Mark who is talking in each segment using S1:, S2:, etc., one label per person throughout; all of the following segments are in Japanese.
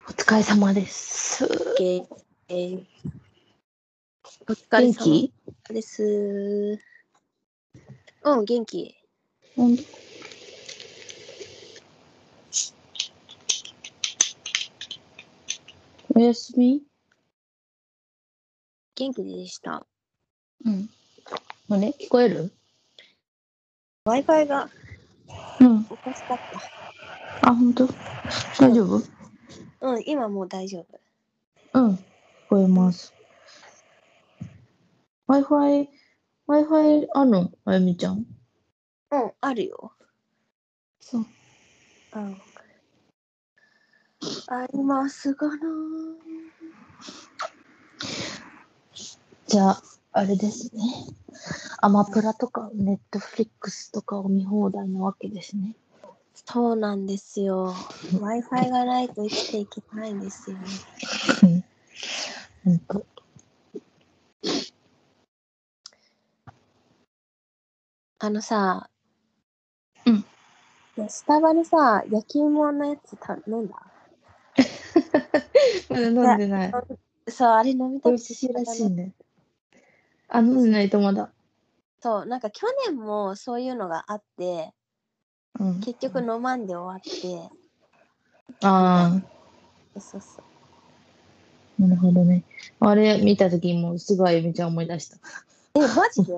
S1: お疲れ様です。
S2: ゲー。お疲れ
S1: 元
S2: 様
S1: 気
S2: です。うん、元気。
S1: ほんおやすみ
S2: 元気でした。
S1: うん。あれ聞こえる
S2: Wi-Fi が
S1: うん。
S2: おかしかっ
S1: あ、本当大丈夫
S2: た。うん、今もう大丈夫。
S1: うん。聞こえます。Wi-Fi、Wi-Fi あるのあゆみちゃん。
S2: うん、あるよ。
S1: そう。
S2: うん。ありますがなー。
S1: じゃあ、あれですね。アマプラとか、ネットフリックスとかを見放題なわけですね。
S2: そうなんですよ。Wi-Fi がないと生きていけないんですよね。
S1: うん。ほんと。
S2: あのさ、
S1: うん
S2: いや。スタバでさ、焼き芋のやつ頼んだ
S1: まだ飲んでない。
S2: そう、あれ飲みた
S1: 美
S2: く
S1: 味
S2: て
S1: しいらしいね。あ、飲んでないとまだ。
S2: そう、なんか去年もそういうのがあって、
S1: うん。
S2: 結局飲まんで終わって、
S1: あ
S2: そうそう。
S1: あ、なるほどね。あれ見た時もうすぐあゆみちゃん思い出した。
S2: え、マ ジで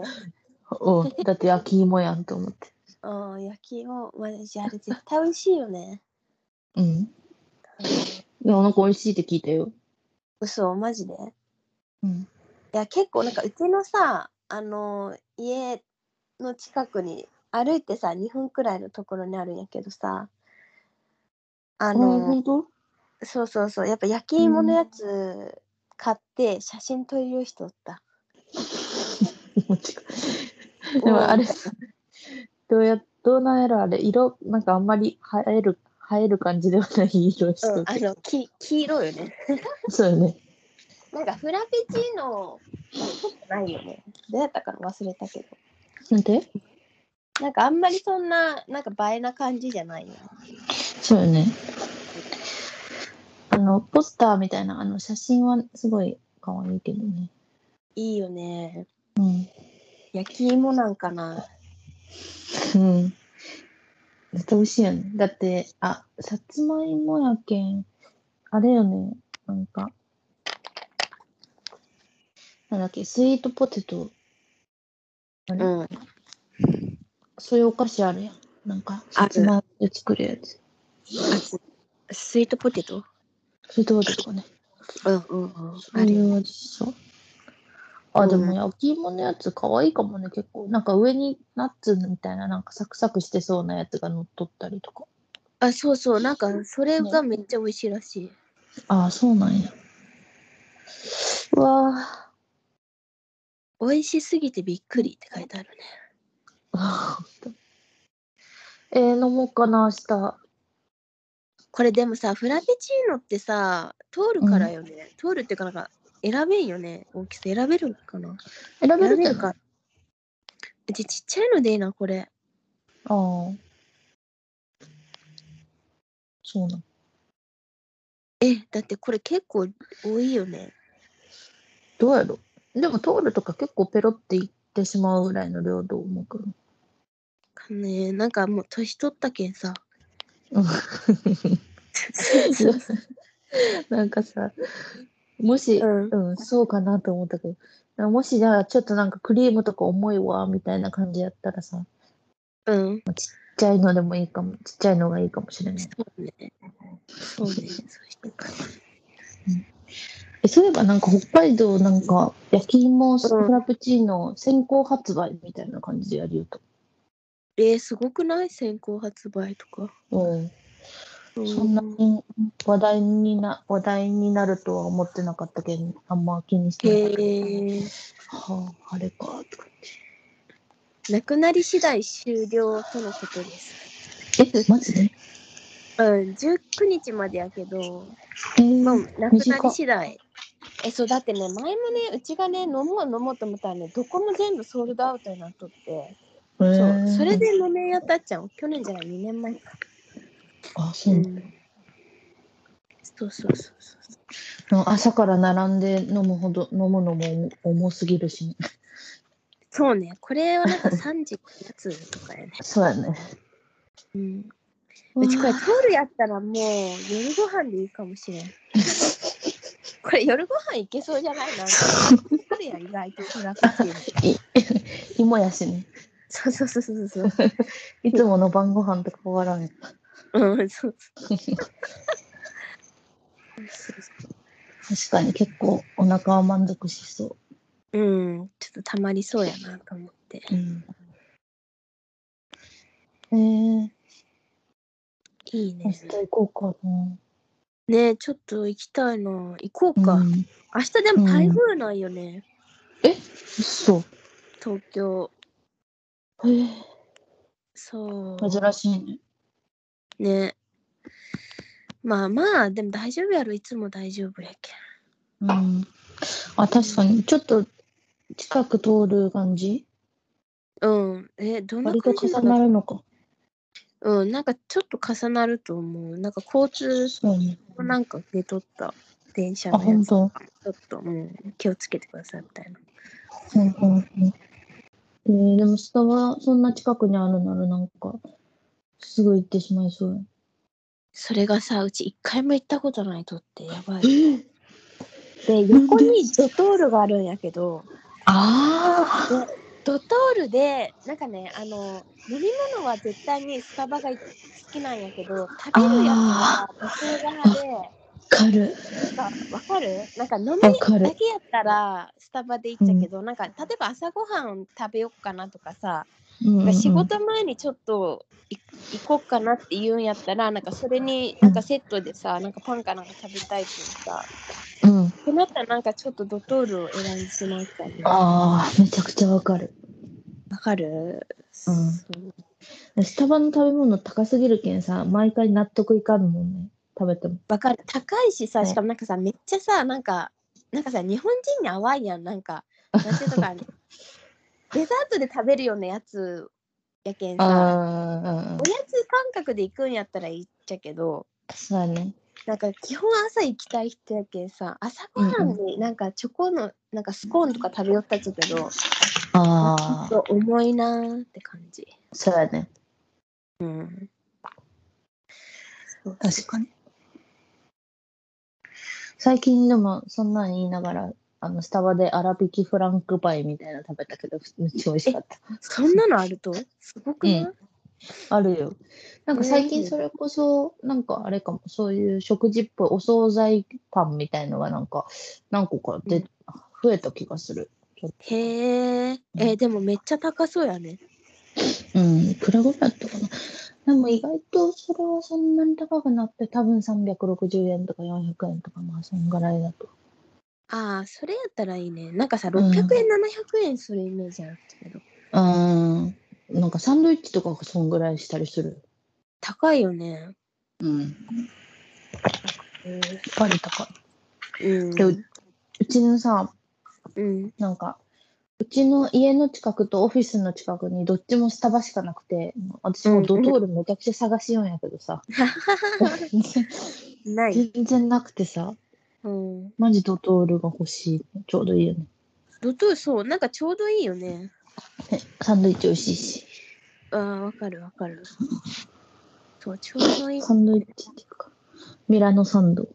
S1: おだって焼き芋やんと思って。
S2: うん、焼き芋、マジあれ絶対美味しいよね。
S1: うん。いや、なんか美味しいって聞いたよ。
S2: 嘘、マジで
S1: うん。
S2: いや、結構なんかうちのさ、あのー家の近くに歩いてさ、2分くらいのところにあるんやけどさ、あ
S1: あ
S2: のー
S1: 本当
S2: そうそうそう、やっぱ焼き芋のやつ買って写真撮りよう人おった。
S1: もう近いでもあれさ、どうや、どうなんやろあれ、色、なんかあんまり映える、映える感じではない色して
S2: うん、あ
S1: て、
S2: の、き黄色よね。
S1: そうよね。
S2: なんかフラペチーノないよね。どうやったかな忘れたけど。
S1: なんで
S2: なんかあんまりそんな、なんか映えな感じじゃないよね。
S1: そうよね。あの、ポスターみたいな、あの、写真はすごい可愛いけどね。
S2: いいよね。
S1: うん。
S2: 焼き芋なんかな。
S1: うん。絶対美味しいよね。だって、あ、さつまいもやけん、あれよね、なんか、なんだっけ、スイートポテト、
S2: うん。
S1: そういうお菓子あるやん。なんか、
S2: あ
S1: さ
S2: る
S1: つまいもで作るやつ。
S2: スイートポテト
S1: スイートポテトとかね。
S2: うんうんうん。
S1: そ
S2: あ
S1: うい
S2: れ
S1: う味そう。あ、で
S2: う
S1: も
S2: ん
S1: 焼き芋のやつ可愛いかもね、結構。なんか上にナッツみたいな、なんかサクサクしてそうなやつが乗っとったりとか。
S2: あ、そうそう。なんかそれがめっちゃ美味しいらしい。
S1: ああ、そうなんや。うわあ。
S2: 美味しすぎてびっくりって書いてあるね。
S1: あー 本当えー、飲もうかな、明日。
S2: これでもさ、フラペチーノってさ、通るからよね。通るっていうかなんか選べんよね。大きさ選べるのかな。
S1: 選べる
S2: 選
S1: ん
S2: べ
S1: じゃな
S2: る
S1: い
S2: か。じゃあちっちゃいのでいいな、これ。
S1: ああ。そうなん。
S2: え、だってこれ結構多いよね。
S1: どうやろでも、通るとか結構ペロっていってしまうぐらいの量と思うけど。
S2: かねなんかもう年取ったけんさ。
S1: なんかさ、もし、
S2: うん
S1: うん、そうかなと思ったけど、なもしじゃあ、ちょっとなんかクリームとか重いわ、みたいな感じやったらさ、
S2: うん。
S1: ちっちゃいのでもいいかも、ちっちゃいのがいいかもしれない。
S2: そうね。そうね。そうしてか。
S1: えそういえばなんか北海道なんか焼き芋フ
S2: うん
S1: ラペチーノ先行発売みたいな感じでやるよと。
S2: えーすごくない先行発売とか。
S1: うん、
S2: う
S1: そんなに話題にな話題になるとは思ってなかったけど、あんま気にして
S2: へ
S1: なかった。
S2: え
S1: はあ、あれかとか。
S2: なくなり次第終了とのことです。
S1: え、マジで
S2: うん、19日までやけど、
S1: えー
S2: まあ、なくな
S1: 短
S2: り
S1: っ
S2: 次第えそうだってね前もねうちがね飲もう飲もうと思ったらねどこも全部ソールドアウトになっとって、
S1: そ
S2: そうそれ。で飲めやったっちゃん去年じゃない2年前か、
S1: あ、そう。
S2: そうそうそうそう
S1: 朝から並んで飲むほど、飲むのも重すぎるし、ね。
S2: そうねこれはなんか3時のやつとかやね、
S1: そうやね。
S2: うん、うちこれトールやったらもう夜ご飯でいいかもしれ んこれ夜ご飯いけそうじゃないなんかトールや意外と辛くて
S1: い芋やしね。
S2: そうそうそうそうそう
S1: いつもの晩ご飯と変わらん。
S2: うんそうそう
S1: 確かに結構お腹は満足しそ
S2: うん、ちょっとたまりそうやなと思って。
S1: う。うん。えー、
S2: いい
S1: 明
S2: ね
S1: 日。行こうかな。
S2: ねえちょっと行きたいな。行こうか。
S1: うん、
S2: 明日でも台風ないよね。
S1: そう。
S2: 東京。
S1: えー
S2: そう。
S1: 珍しいね。
S2: ねまあまあ、でも大丈夫やろ。いつも大丈夫やけん。
S1: うん。あ、確かに、ちょっと近く通る感じ
S2: うん。え、どんな
S1: 割と
S2: 感じ
S1: 重
S2: な
S1: な
S2: の
S1: るのか。
S2: うん、なんかちょっと重なると思う。なんか交通
S1: そうね。
S2: もなんか出とった電車
S1: あ、
S2: のや
S1: 本
S2: つ。ち
S1: 当。
S2: ょっと、うん、気をつけてくださいみたいな。
S1: うんうんうんえー、でもスタバそんな近くにあるならなんかすぐ行ってしまいそうや。
S2: それがさ、うち一回も行ったことないとってやばい。
S1: で
S2: 横にドトールがあるんやけど
S1: あ
S2: ドトールでなんかねあの飲み物は絶対にスタバが好きなんやけど食べるやつは女性側で
S1: あかる。
S2: なんかわかるなんか飲み
S1: わかる
S2: だけやったらスタバで行っちゃうけど、なんか例えば朝ごはん食べよっかなとかさ、
S1: うんうんうん
S2: 仕事前にちょっとい行こっかなって言うんやったらなんかそれになんかセットでさなんかパンかなんか食べたいっていうさ
S1: うん。
S2: ってなったらなんかちょっとドトールを選んでしまうからね
S1: ああめちゃくちゃわかる。
S2: わかる
S1: うん
S2: そう
S1: スタバの食べ物高すぎるけんさ毎回納得いかんもんね食べても。
S2: わかる高いしさ
S1: ね
S2: しかもなんかさめっちゃさなんかなんかさ日本人に淡いやんなんかなんていうのかねデザートで食べるようなやつやけんさ
S1: ああ
S2: おやつ感覚で行くんやったらいいっちゃけど
S1: そうやね。
S2: なんか基本朝行きたい人やけんさ朝ごはんでなんかチョコのなんかスコーンとか食べよったっちゃけど、
S1: ああ
S2: そう重いなーって感じ
S1: そうやね。
S2: うんそう
S1: 確かに。最近でもそんなん言いながら、あのスタバで粗挽きフランクパイみたいなの食べたけど、めっちゃ美味しかった。
S2: そんなのあるとすごくない、
S1: うんあるよ。なんか最近それこそ、なんかあれかも、そういう食事っぽいお惣菜パンみたいのがなんか何個かで、
S2: うん
S1: 増えた気がする。
S2: へえ、えーでもめっちゃ高そうやね。
S1: うん、いくらぐらいだったかな。でも意外とそれはそんなに高くなくて、多分360円とか400円とか、まあそんぐらいだと。
S2: ああ、それやったらいいね。なんかさ、
S1: ん
S2: 600円、700円するイメージあるけど、
S1: うーん。なんかサンドイッチとかがそんぐらいしたりする。
S2: 高いよね。
S1: うん。やっぱり高い。
S2: うん。
S1: でうちのさ、
S2: うん。
S1: なんか、うちの家の近くとオフィスの近くにどっちもスタバしかなくて、私もドトールめちゃくちゃ探しようんやけど さ、
S2: ない。
S1: 全然なくてさ、
S2: うん。
S1: マジドトールが欲しい。ちょうどいいよね。
S2: ドトール、そう、なんかちょうどいいよね。
S1: ねサンドイッチ美味しいし、
S2: ああ、わかるわかる。そう、ちょうどいい。
S1: サンドイッチっていうか、ミラノサンド。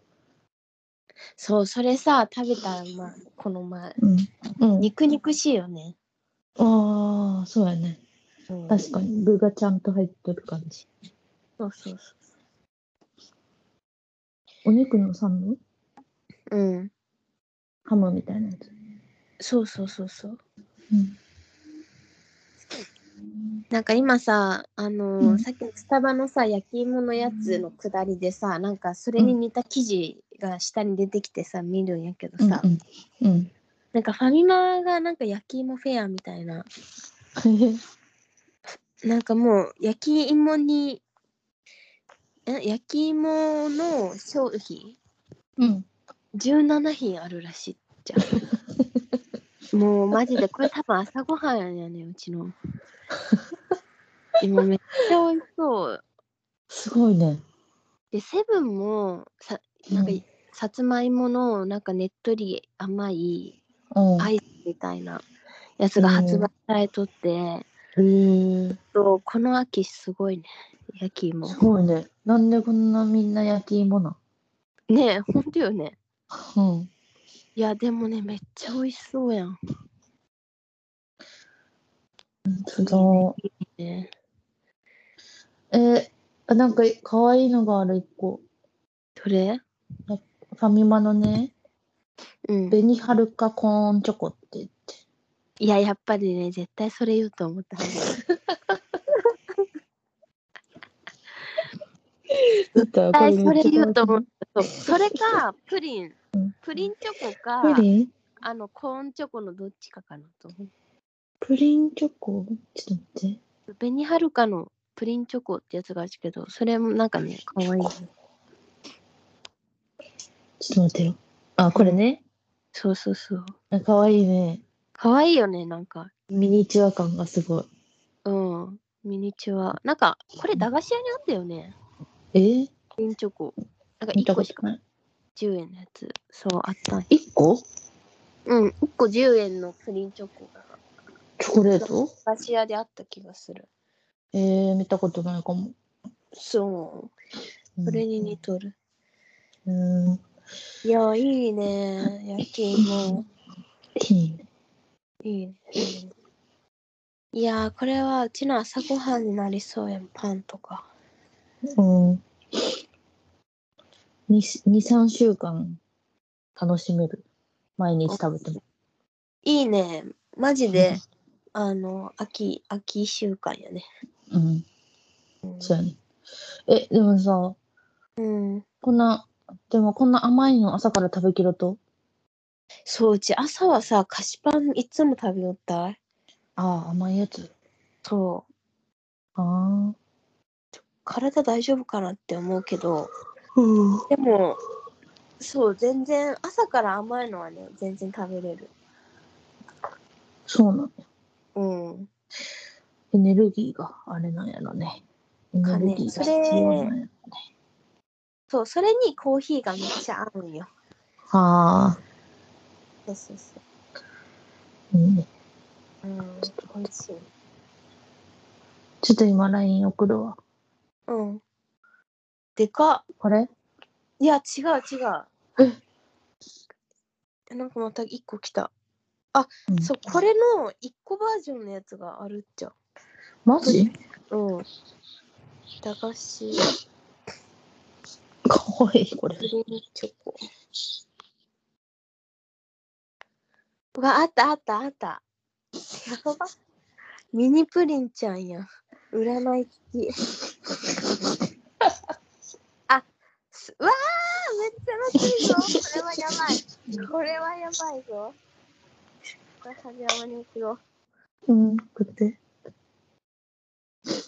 S2: そう、それさ、食べた、まあ、この前。
S1: うん。うん、
S2: 肉肉しいよね。
S1: ああ、そうやね。
S2: うん
S1: 確かに、具がちゃんと入ってる感じ。
S2: そうそうそ
S1: お肉のサンド
S2: う。うん。
S1: ハムみたいなやつ。
S2: そうそうそうそう。
S1: うん。
S2: なんか今さ、あのー
S1: うん
S2: さっきのスタバのさ焼き芋のやつのくだりでさなんかそれに似た生地が下に出てきてさ見るんやけどさ、
S1: うんうん。
S2: なんかファミマがなんか焼き芋フェアみたいななんかもう焼き芋にえ焼き芋の商品
S1: うん。
S2: 17品あるらしいじゃ んもうマジでこれ多分朝ごはんやねうちの今めっちゃ美味しそう
S1: すごいね。
S2: でセブンもさなんか、
S1: うん
S2: さつまいものなんかねっとり甘い
S1: うん。
S2: アイスみたいなやつが発売されとって、
S1: へえ。
S2: とこの秋すごいね焼き芋
S1: すごいね。なんでこんなみんな焼き芋な
S2: ねえほんとよね
S1: のうん。
S2: いやでもねめっちゃ美味しそうやん、
S1: すご
S2: ね、
S1: い。えー、なんか可愛いのがある一個。
S2: どれ
S1: ファミマのね、
S2: うん
S1: 紅はるかコーンチョコって言って。
S2: いややっぱりね絶対それ言うと思ったはず
S1: 絶対
S2: 絶対それ言うと思ったそう それかプリンプリンチョコか
S1: プリン
S2: あのコーンチョコのどっちかかなと思
S1: プリンチョコちょっと待って。
S2: う紅はるかのプリンチョコってやつがあるけどそれもなんかねかわいい
S1: ちょっと待ってよ。あ、これね。
S2: そうそうそう
S1: あ可愛いね。
S2: かわいいよねなんか
S1: ミニチュア感がすごい。
S2: うんミニチュアなんかこれ駄菓子屋にあったよね
S1: えー、
S2: プリンチョコなんか
S1: 見た
S2: 1
S1: こ
S2: 個し
S1: と
S2: か
S1: ない。
S2: 10円のやつそうあったん
S1: 1個
S2: うん1個10円のプリンチョコが
S1: チョコレート
S2: 駄菓子屋であった気がする
S1: えー、見たことないかも。
S2: そ
S1: う
S2: う
S1: ん
S2: それに似とる。
S1: うん。
S2: いや、いいね。焼き芋。
S1: いいね
S2: いいね。いやー、これはうちの朝ごはんになりそうやん。パンとか。
S1: うん。に二三週間楽しめる。毎日食べても。
S2: いいね。マジで、あの、秋、秋週間やね。
S1: うん。
S2: うん
S1: そうやね。え、でもさ、
S2: うん。
S1: こんな、でもこんな甘いの朝から食べきると
S2: そう、うち朝はさ、菓子パンいつも食べよったい。
S1: ああ、甘いやつ。
S2: そう。
S1: ああ。
S2: 体大丈夫かなって思うけど、
S1: うん。
S2: でも、そう、全然、朝から甘いのはね、全然食べれる。
S1: そうなんや
S2: うん。
S1: エネルギーがあれなんやろね。エネルギーが必要なんや。
S2: そう、それにコーヒーがめっちゃ合うんよ。
S1: ああ。
S2: そうそうそ
S1: うん
S2: う。うん、美味しい。
S1: ちょっと今 LINE 送るわ。
S2: うん。でかっ
S1: これ
S2: いや、違う違う。なんかまた一個来た。
S1: うん
S2: そう、これの一個バージョンのやつがあるっちゃ。
S1: マジ
S2: うん。駄菓子、
S1: かわいい、これ
S2: プ。リンチョコ。うわ、あったあったあった。やば。ミニプリンちゃんやん。占い付き。 あ、すうわー、めっちゃ熱いぞ。これはやばい。これはやばいぞ。中島に行くよ。
S1: うん、こって。
S2: え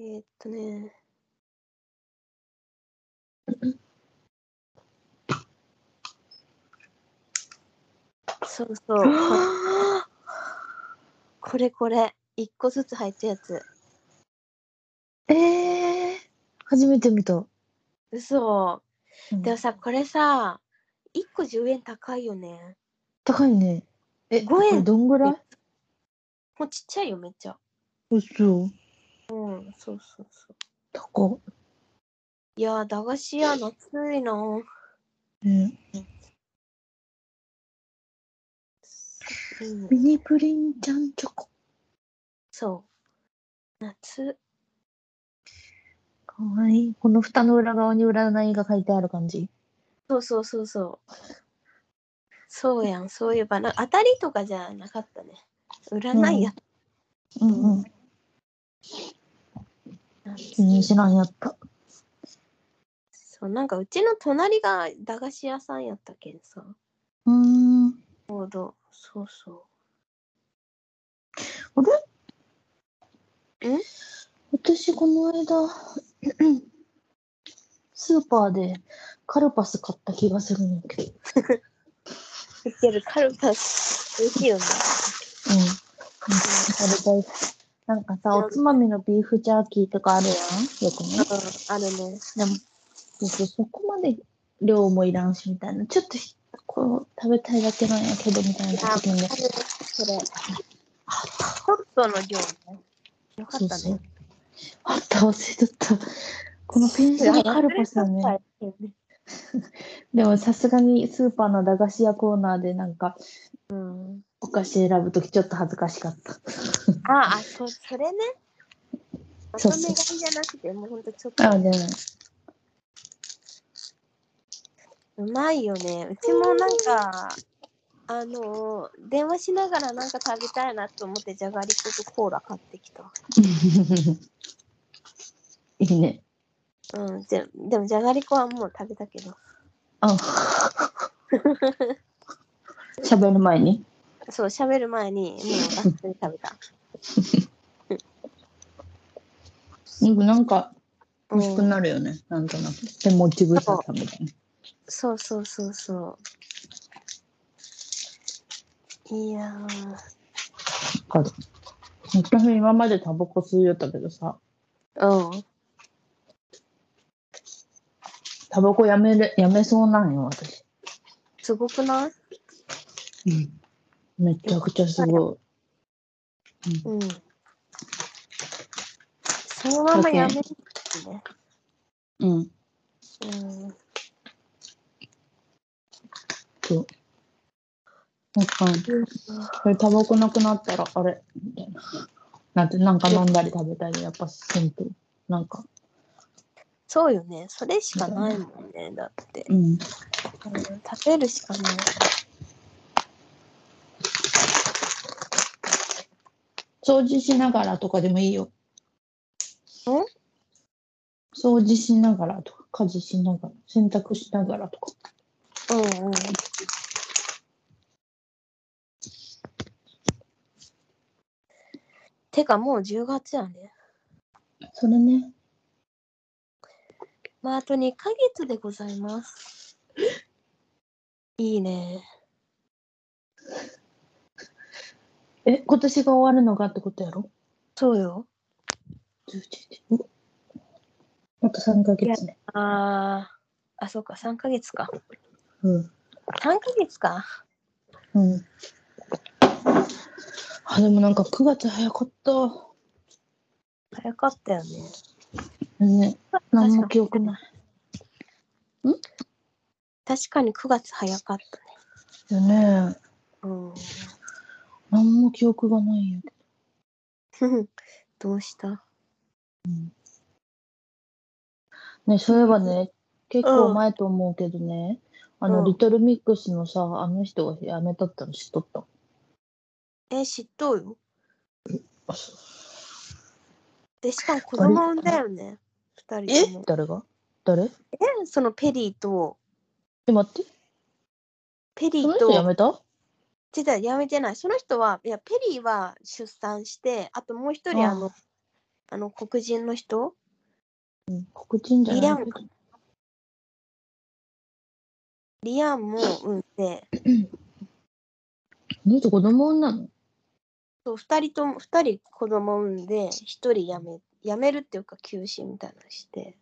S2: ー、っとね。そうそう。 ここれこれ。一個ずつ入ったやつ。
S1: ええ初めて見た。
S2: 嘘。でも
S1: さ
S2: さ、これさ、一個10円高いよね。
S1: 高いね。え、
S2: 五円
S1: これどんぐらい
S2: もうちっちゃいよ、めっちゃ。
S1: 嘘。
S2: うん、そうそうそう。
S1: 高っ。
S2: いやー、駄菓子屋の暑いの。
S1: ね
S2: うん
S1: ミニプリンちゃんチョコ。
S2: そう。夏。
S1: かわいい。この蓋の裏側に占いが書いてある感じ。
S2: そうそうそうそう。そうやん、そういえばな、当たりとかじゃなかったね。占いやった。
S1: うんうん。気にしなんやった。
S2: そう、なんかうちの隣が駄菓子屋さんやったけんさ。
S1: うーん。
S2: そうだ、そうそ
S1: 私、この間、スーパーでカルパス買った気がするんだけど。
S2: 売ってるカルパス、美味しいよね。
S1: うん。なんか食べたい。なんかさ、おつまみのビーフジャーキーとかあるやんよくね。
S2: あるね。
S1: でも、そうそうそこまで量もいらんし、みたいな。ちょっとひ、こう、食べたいだけなんやけど、みたいな時にね
S2: あ。るそれ。ホットの量ね。よかったね。。
S1: あった、忘れとった。このペンシルカルパスだね。でもさすがにスーパーの駄菓子屋コーナーでなんか
S2: うん。
S1: お菓子選ぶときちょっと恥ずかしかった。
S2: ああ、そそれね。ま
S1: そ
S2: と
S1: う
S2: め
S1: そう
S2: 買いじゃなくて、もうほんとちょっ
S1: あ、
S2: と。
S1: じゃない。
S2: うまいよね。うちもなんか、あのー、電話しながらなんか食べたいなと思って、じゃがりことコーラ買ってきた。
S1: いいね。
S2: うん、ででもじゃがりこはもう食べたけど。
S1: あ喋る前に。
S2: そう、喋る前にもうガッツリ食べた。
S1: なんか
S2: う
S1: 欲しく
S2: ん、
S1: なるよね。なんとなく。で、もちぶさたみたいな。
S2: そうそうそうそう。いやー。
S1: わかる。私今までタバコ吸いよったけどさ、
S2: うん。
S1: タバコやめれやめそうなんよ、私。
S2: すごくない
S1: めちゃくちゃすごい。うん
S2: うん。そのままやめるってね。
S1: うん、
S2: うん。
S1: そう。なんか、これタバコなくなったら、あれみたいな。なんて、なんか飲んだり食べたり、やっぱせんと、なんか、
S2: そうよね。それしかないもんね。だって。
S1: うん。
S2: うん食べるしかない。
S1: 掃除しながらとかでもいいよ。
S2: え
S1: 掃除しながらとか、家事しながら、洗濯しながらとか。
S2: うんうん。てかもう10月やね。
S1: それね。
S2: まああと2ヶ月でございます。いいね。
S1: え、今年が終わるのがってことやろ
S2: そうよ。
S1: ?11 日。うわあと3ヶ月ね。
S2: あーあ、そうか、3ヶ月か。
S1: うん。
S2: 3ヶ月か。
S1: うん。あ、でもなんか9月早かった。
S2: 早かったよね。
S1: ね、何も記憶ない。
S2: 確かに9月早かったね。
S1: よね。
S2: うん。
S1: 何も記憶がないよ。
S2: どうした
S1: ね、そういえばね、結構
S2: うん
S1: 前と思うけどね、あの、
S2: うん
S1: リトルミックスのさ、あの人が辞めとったの知っとった。
S2: え、知っとうよ。
S1: あそう
S2: で、しかも子供産んだよね。2人とも。
S1: 誰が誰
S2: え、そのペリーと、
S1: え、待って、
S2: ペリ
S1: その
S2: ー
S1: 人
S2: と、
S1: 辞めた
S2: 違うやめてない。その人は、いや、ペリーは出産して、あともう一人、
S1: ああ
S2: あの、あの黒人の人
S1: 黒人じゃ
S2: リア
S1: ない
S2: ン、リアンも産んで、
S1: あの人子供産んだの
S2: そう2人とも、2人子供産んで、1人やめ、やめるっていうか、休止みたいなのして、っ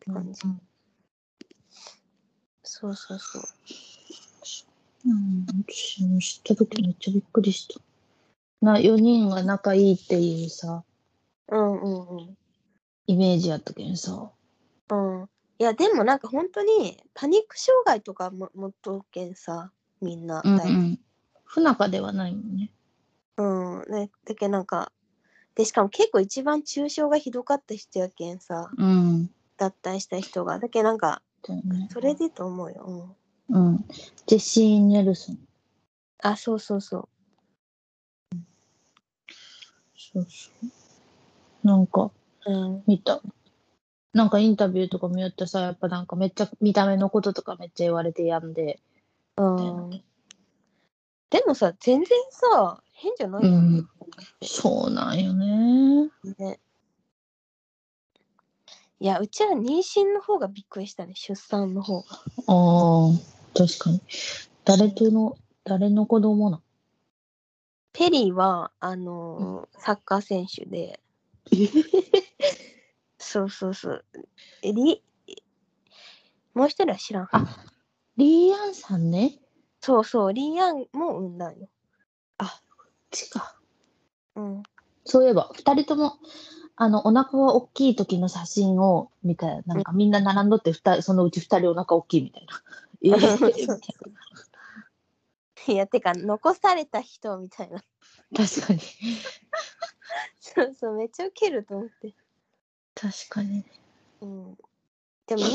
S2: て感じ。そうそうそう。
S1: うん、私も知った時めっちゃびっくりした。な、4人が仲いいっていうさ、
S2: うんうんうん。
S1: イメージやったけんさ。
S2: うん、いやでもなんか本当にパニック障害とかも持っとうけんさみんな、
S1: うん、うん。不仲ではないもんね。
S2: うんね、だけどなんかでしかも結構一番中傷がひどかった人やけんさ
S1: うん。
S2: 脱退した人がだけどなんか
S1: だよね
S2: それでと思うよ、うん、
S1: うん。ジェシー・ネルソン。
S2: あそうそうそ
S1: そうそう。なんか、
S2: う、うん、
S1: 見た。なんかインタビューとか見よってさ、やっぱなんかめっちゃ見た目のこととかめっちゃ言われてやんで。
S2: うん、でもさ全然さ変じゃないよね、
S1: そうなんよね。
S2: ねいや、うちら妊娠の方がびっくりしたね、出産の方が。
S1: ああ、確かに。誰との、誰の子供なん
S2: ペリーは、あのーサッカー選手で、 そうそうそう。えりもう一人は知らん。
S1: リーアンさんね。
S2: そうそう、リーアンも産んだんよ。
S1: ちか。
S2: うん。
S1: そういえば、二人とも、あの、お腹が大きい時の写真を見たよ。なんかみんな並んどって、二人、そのうち二人お腹大きいみたいな。えーみたいな
S2: いや、てか、残された人みたいな。
S1: 確かに。
S2: そうそう、めっちゃウケると思って。
S1: 確かに。
S2: うん。 でも、妊娠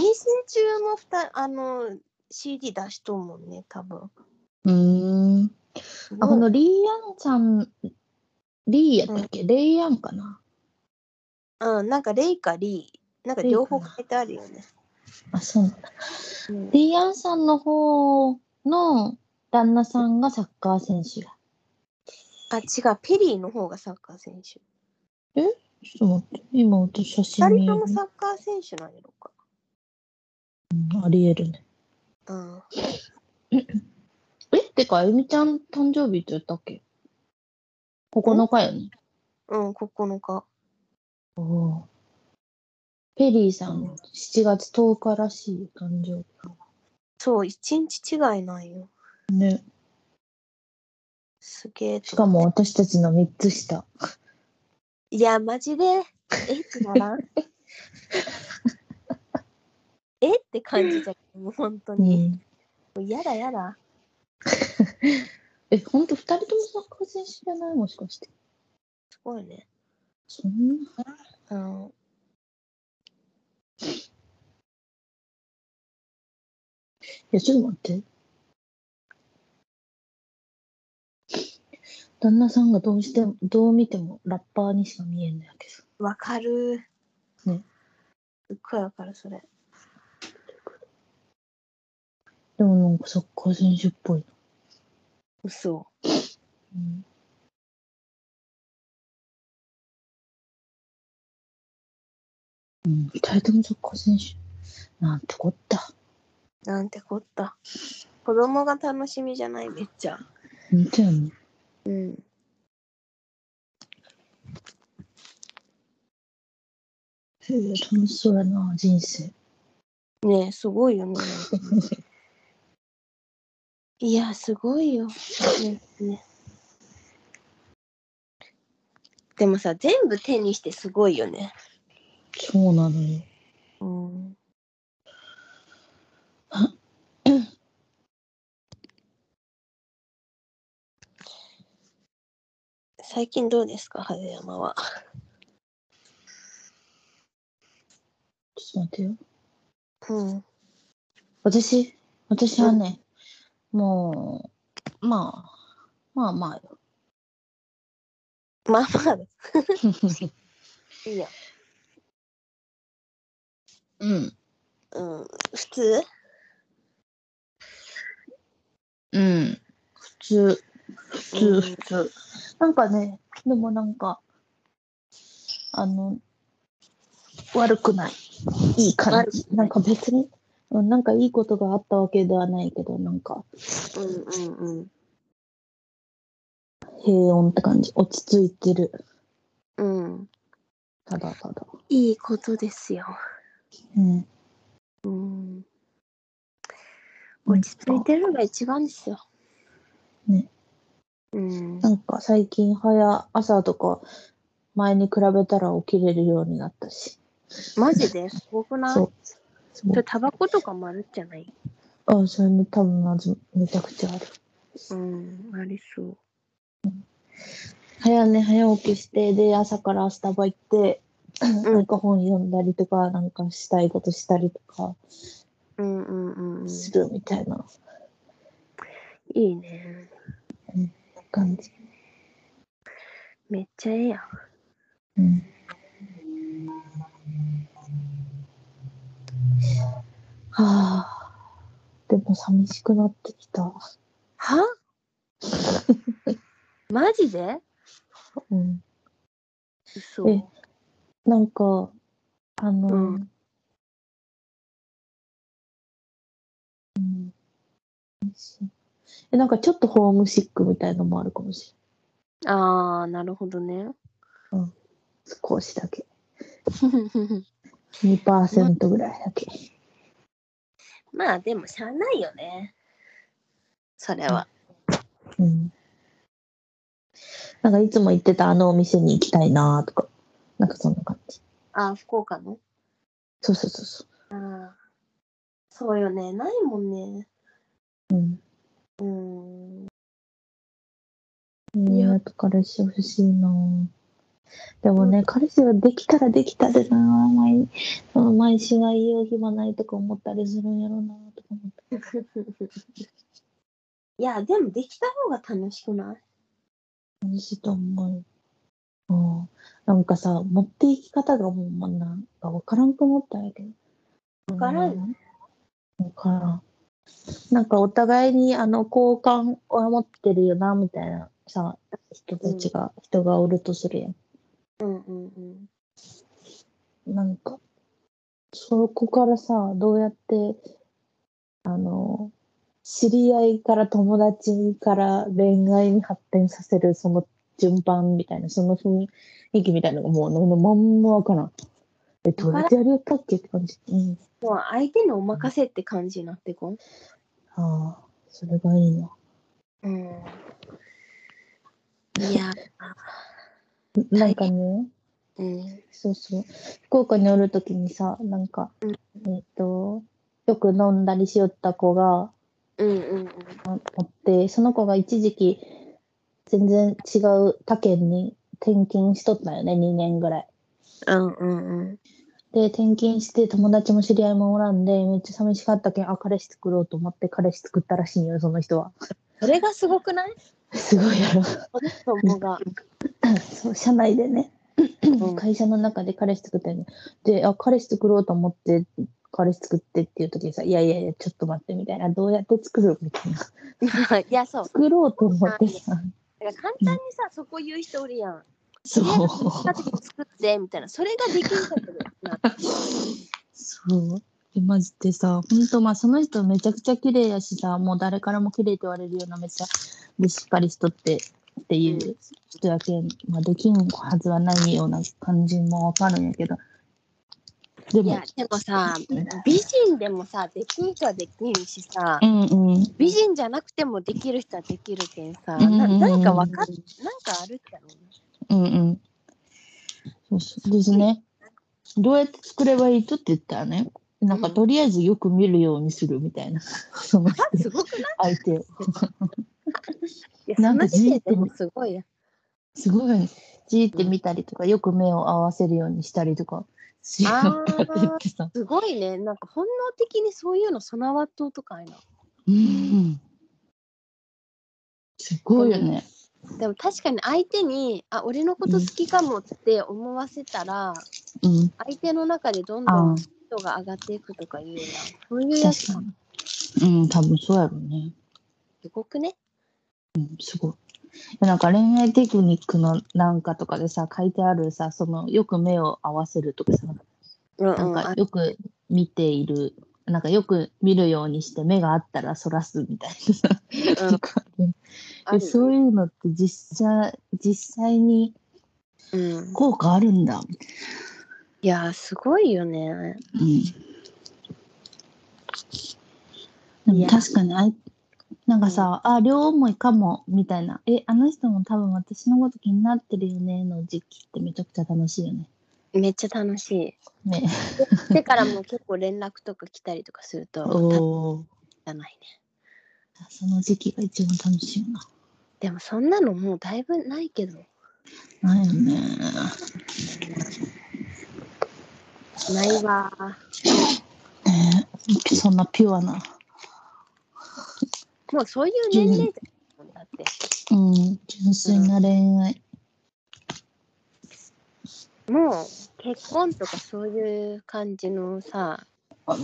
S2: 中もふた、あのー、CD 出しとうもんね、多分。
S1: うーん。あ、このリーアンちゃん、リーやったっけ、レイアンかな
S2: うん、なんか、レイかリー、なんか両方書いてあるよね。
S1: あ、そうなんだ。
S2: うん
S1: リーアンさんの方の旦那さんがサッカー選手や。
S2: あ、違う、ペリーの方がサッカー選手。
S1: ちょっと待って、今私写真
S2: 二
S1: 見え
S2: 人
S1: る
S2: ともサッカー選手なんやろか。
S1: うんありえるね。
S2: うん。
S1: えってか、あゆみちゃん誕生日って言ったっけ ?9 日よね。
S2: うん、9日。
S1: おおペリーさん、7月10日らしいよ誕生
S2: そう、一日違いなんよ。
S1: 日。ね。
S2: すげえ
S1: し
S2: と
S1: か
S2: 思って。
S1: も私たちの3つ下。
S2: いや、マジで、えってならん。 えって感じじゃん、もう本当
S1: う
S2: に。
S1: ん。
S2: もうやだやだ。
S1: え、ほんと2人ともサッカー選手じゃないもしかして。
S2: すごいね。
S1: そんな。
S2: うん。
S1: いや、ちょっと待って。旦那さんがどうしても、どう見てもラッパーにしか見えんのやけど。
S2: わかる。
S1: ね。
S2: すっごいわかる、それ。
S1: でもなんかサッカー選手っぽいな。
S2: 嘘。
S1: うん、うん、二人ともサッカー選手。なんてこった。
S2: なんてこった。子供が楽しみじゃない、めっちゃ。
S1: 見てよね。
S2: うん。
S1: へえ楽しそうやな、人生。
S2: ねえすごい よね。いや、すごいよ。ねねでもさ、全部手にしてすごいよね。
S1: そうなのよ。
S2: うん。 最近どうですか、春山は。
S1: ちょっと待ってよ。
S2: うん。
S1: 私、私はね、もう、まあ、まあまあよ。
S2: まあまあだ、いいや。
S1: うん。
S2: うん。普通
S1: うん。普通。普
S2: うん
S1: 通、普通。なんかね、でもなんか、あの、悪くない。いい感
S2: 悪
S1: じ。なんか別に、うんなんかいいことがあったわけではないけど、なんか
S2: うんうんうん。
S1: 平穏って感じ。落ち着いてる。
S2: うん。
S1: ただただ。
S2: いいことですよ。
S1: うん。
S2: うん。落ち着いてるのが一番ですよ。
S1: ね。
S2: うん。
S1: なんか最近早、朝とか、前に比べたら起きれるようになったし。
S2: マジですごくない
S1: そう。そう
S2: それタバコとかもあるんじゃない
S1: あ、それね、多分まずめちゃくちゃある。
S2: うん、ありそう。
S1: 早寝早起きして、で、朝からスタバ行って、
S2: ん
S1: なんか本読んだりとか、なんかしたいことしたりとか
S2: うんうんうんうん。
S1: するみたいない
S2: いね。
S1: 感じ。
S2: めっちゃええや
S1: う
S2: ん。
S1: ん。はあ、でも寂しくなってきた。
S2: はマジで
S1: うん。
S2: 嘘。
S1: えなんか、あの、
S2: うん
S1: うんえなんかちょっとホームシックみたいのもあるかもし
S2: ああ、なるほど ね。
S1: れない少しだけ2%ぐらいだけ、
S2: まあでもしゃあないよね。それは。
S1: うん、なんかいつも行ってたあのお店に行きたいなとかなんかそんな感じ
S2: ああ、福岡の
S1: そうそうそうそ
S2: ああ。そうよね。ないもんね。
S1: ううん
S2: うん。
S1: いやと彼氏欲しいなでもね、彼氏はできたらできたでな毎毎週は言う暇ないとか思ったりするんやろなとか思って
S2: いや、でもできた方が楽しくない
S1: 楽しいと思うよ。うん、なんかさ、持っていき方がもうまあなんかわからんくなったんやけど。わ
S2: からん
S1: わからん。なんかお互いにあの好感を持ってるよなみたいなさ、人たちが、人がおるとするやん。
S2: うんうんうん。
S1: なんか、そこからさ、どうやって、あの、知り合いから友達から恋愛に発展させるその順番みたいな、その雰囲気みたいなのがもう、のまんまわからん。え、どうやってやりよったっけって感じ。うん。
S2: もう相手にお任せって感じになってこん。
S1: ああ、それがいいな。
S2: うん。いや、
S1: なんかね、
S2: うん。
S1: そうそう。福岡におるときにさ、なんか、えっと、よく飲んだりしよった子が、
S2: うんうんうん。
S1: あってその子が一時期全然違う他県に転勤しとったよね2年ぐらい。
S2: うんうんうん。
S1: で転勤して友達も知り合いもおらんでめっちゃ寂しかったけんあ彼氏作ろうと思って彼氏作ったらしいんよその人は。
S2: それがすごくない
S1: すごいやろ。
S2: 子供が。
S1: そう社内でね、会社の中で彼氏作ったよね。であ彼氏作ろうと思って彼氏作ってっていう時にさ「いやいやいやちょっと待って」みたいな「どうやって作る?」みたいな
S2: いや、そう。
S1: 作ろうと思ってさ
S2: だから簡単にさ、そこ言う人おるやん。
S1: そう。
S2: 家族作ってみたいな。それができるかったな。
S1: そう。でマジでさ、ほんとまあその人めちゃくちゃ綺麗やしさ、もう誰からも綺麗って言われるようなめっちゃでしっかりしとってっていう人やけん、まあできんはずはないような感じもわかるんやけど。で
S2: い
S1: も
S2: や、、でもさ、美人でもさ、できん人はできんしさ
S1: う、んうん。
S2: 美人じゃなくてもできる人はできるけんさ、
S1: うんうんう
S2: なんなんかわかっ、なんかあるってやろうね
S1: うんうん。そうそうですね。どうやって作ればいいとって言ったらね、なんかとりあえずよく見るようにするみた いな、その
S2: あすごくない
S1: 相手を。
S2: いや
S1: な
S2: そ
S1: んか
S2: の時点でもすごいやん。
S1: すごい。じーって見たりとか、よく目を合わせるようにしたりとか、しようとかって言ってさ。
S2: すごいね。なんか本能的にそういうの備わっとうとかいな。
S1: うん。すごいよね。
S2: でも確かに相手に、あ、俺のこと好きかもって思わせたら、
S1: うん。
S2: 相手の中でどんど
S1: ああ
S2: ん、人が上がっていくとかいうな。そういうやつ
S1: 確
S2: す
S1: かに。うん、多分そうやろうね。
S2: ごくね。
S1: うん、すごい。なんか恋愛テクニックのなんかとかでさ、書いてあるさ、その、よく目を合わせるとかさ、
S2: うん
S1: なん
S2: あ
S1: かよく見ている、なんかよく見るようにして目があったらそらすみたいなさ、
S2: うん
S1: とかね
S2: ある
S1: えそういうのって実際、実際に
S2: うん、
S1: 効果あるんだ。
S2: いやーすごいよね。
S1: うん。で
S2: い
S1: も
S2: や
S1: 確かにあい、なんかさ、あ、両思いかも、みたいな。え、あの人も多分私のこと気になってるよね、の時期ってめちゃくちゃ楽しいよね。
S2: めっちゃ楽し
S1: ね。
S2: い。だからもう結構連絡とか来たりとかすると、た
S1: おー
S2: じゃないね。
S1: その時期が一番楽しいよな。
S2: でもそんなのもうだいぶないけど、
S1: ないよね。
S2: ないわー。
S1: ねそんなピュアな。
S2: もうそういう年齢じゃんだって。
S1: うん、純粋な恋愛。
S2: もう結婚とかそういう感じのさ、
S1: うん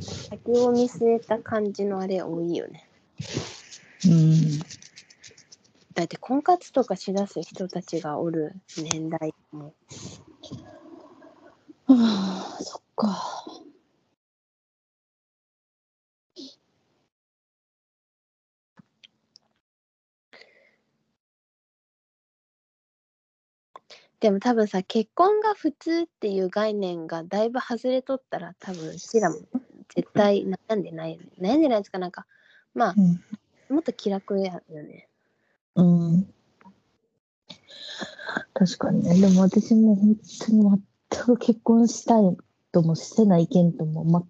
S2: 先を見据えた感じのあれ多いよね。
S1: うん、
S2: だって婚活とかしだす人たちがおる年代も。
S1: うあそっか。
S2: でも多分さ結婚が普通っていう概念がだいぶ外れとったら多分うちらも絶対悩んでないよね悩んでないですかなんかまあもっと気楽やよね
S1: うん。うん。確かにね。でも私も本当に全く結婚したいともしてないけんとも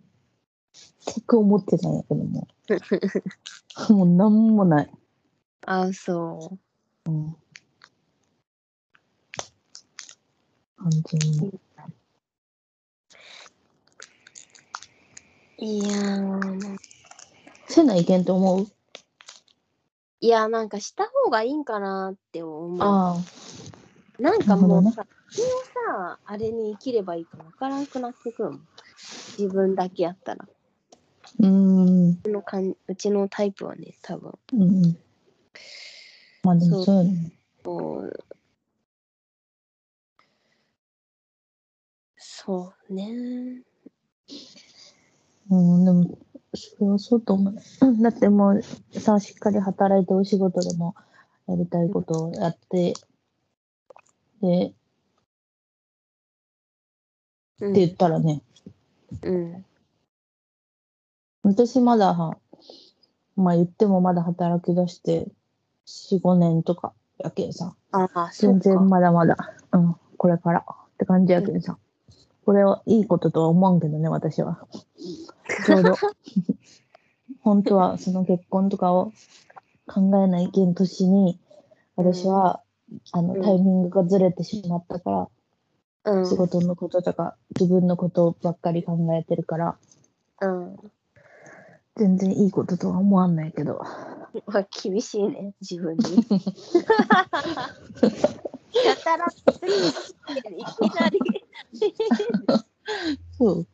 S1: 全く思ってないんやけど も。もうなんもない。
S2: ああそう
S1: うん。完全に。
S2: いやー
S1: せないけんと思う
S2: いやなんかした方がいいんかなって思う
S1: あ
S2: なんかも
S1: なるほ
S2: うさ、自分をさ、あれに生きればいいか分からなくなってくるもん。自分だけやったら。
S1: あ。うん。
S2: うちのかんうちのタイプはね、多分。
S1: うんうん。まあでもそうよね。
S2: そうね。
S1: うん、でも、それはそうと思う。うんだってもう、さ、しっかり働いてお仕事でもやりたいことをやって、で、って
S2: うん。
S1: 言ったらね、
S2: うん。
S1: 私まだは、まあ言ってもまだ働き出して、4、5年とかやけんさ、
S2: ああ、そう
S1: 全
S2: か。
S1: 然まだまだ、うん、これからって感じやけんさ、これはいいこととは思わんけどね、私は。ちょうど。 本当はその結婚とかを考えないけん年に、私は、あ
S2: う
S1: の、
S2: ん
S1: タイミングがずれてしまったから、
S2: うん。
S1: 仕事のこととか、自分のことばっかり考えてるから、
S2: うん。
S1: 全然いいこととは思わんないけど。
S2: まあ、厳しいね、自 分に。やたら、いき なり。
S1: そう。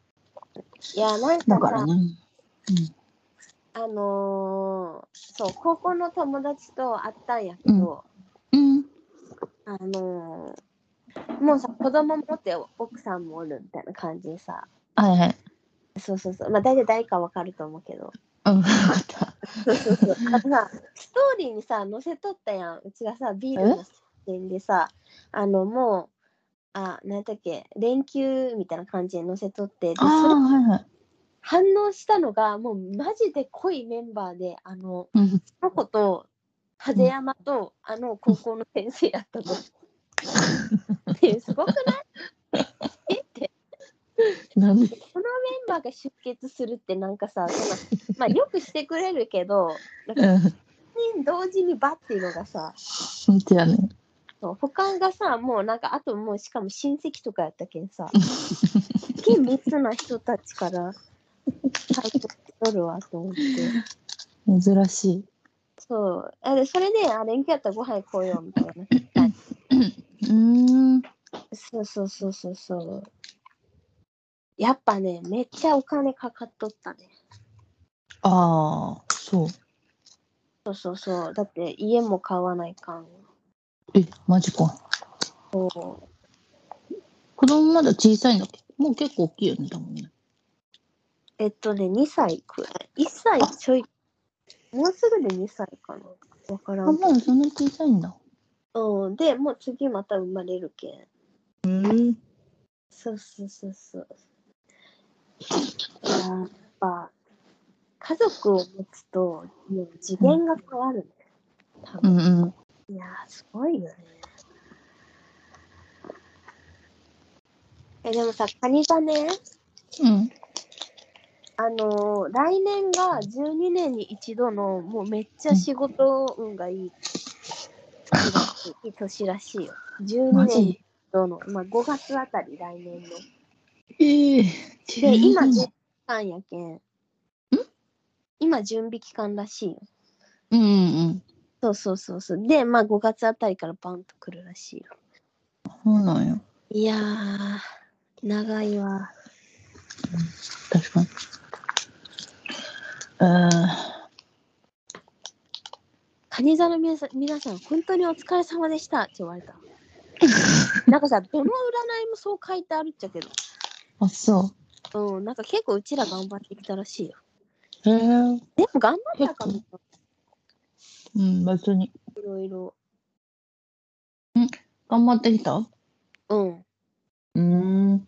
S2: いや、なんかさ
S1: だからね。
S2: あのーそう、高校の友達と会ったんやけど、
S1: うんうん。
S2: あのーもうさ子供持って奥さんもおるみたいな感じでさ
S1: はいはい。
S2: そうそうそうまあ大体誰かわかると思うけど
S1: うん、よかった。
S2: そうそうそうあとさストーリーにさ載せとったやんうちがさビールの出店でさあのもうあ何だっけ連休みたいな感じで載せとってで
S1: ああ、
S2: それ
S1: はいはい。
S2: 反応したのがもうマジで濃いメンバーであの
S1: うん。
S2: その子と風山と、あの高校の先生やったと。ねえすごくない
S1: なんで
S2: メンバーが出血するってなんかさそんなまあよくしてくれるけど
S1: うん。
S2: 3人同時にバッていうのがさ
S1: 本当やね。
S2: そう他がさもうなんかあともうしかも親戚とかやったけん さ非密な人たちから入っておるわと思って
S1: 珍しい。
S2: そうあでそれであ連休やったらご飯行こうよみたいなはい
S1: うん。
S2: そうそうそうそうそうやっぱねめっちゃお金かかっとったね
S1: ああ、そう。
S2: そうそうそうだって家も買わないかん
S1: え、マジか。
S2: そう
S1: 子供まだ小さいんだっけもう結構大きいよね、多分ね。
S2: えっとね、2歳くらい。1歳ちょい。もうすぐで2歳かな。わから
S1: あ、
S2: ん。
S1: もうそんなに小さいんだ。
S2: うん。で、もう次また生まれるけん。
S1: うん。
S2: そうそうそうそう。いやーやっぱ、家族を持つと、もう次元が変わるね。多
S1: う
S2: 分。
S1: んうん。
S2: いやー、すごいよね。え、でもさ、カニがね、
S1: うん。
S2: あのー来年が12年に一度のもうめっちゃ仕事運がい い年らしいいい年らしいよ。12
S1: マ
S2: 年に一
S1: ジ
S2: 度の、まあ、5月あたり来年の。
S1: ええ
S2: で、今
S1: ね
S2: 準備期。間やけん。今準備期間らしいよ。
S1: うんうん。
S2: そうそうそうそう。で、まあ5月あたりからバンと来るらしいよ。
S1: そうなんや。
S2: いやー、長いわ。
S1: 確かに。あ
S2: カニ座の皆さん、皆さん本当にお疲れ様 でしたって言われた。なんかさ、どの占いもそう書いてあるっちゃけど。
S1: あ、そ
S2: うん、なんか結構うちら頑張ってきたらしいよ。
S1: う。へえ。う
S2: でも頑張ったかも
S1: 結。ん、別に。
S2: いろいろ。
S1: 頑張ってきたう
S2: うん。
S1: ーん。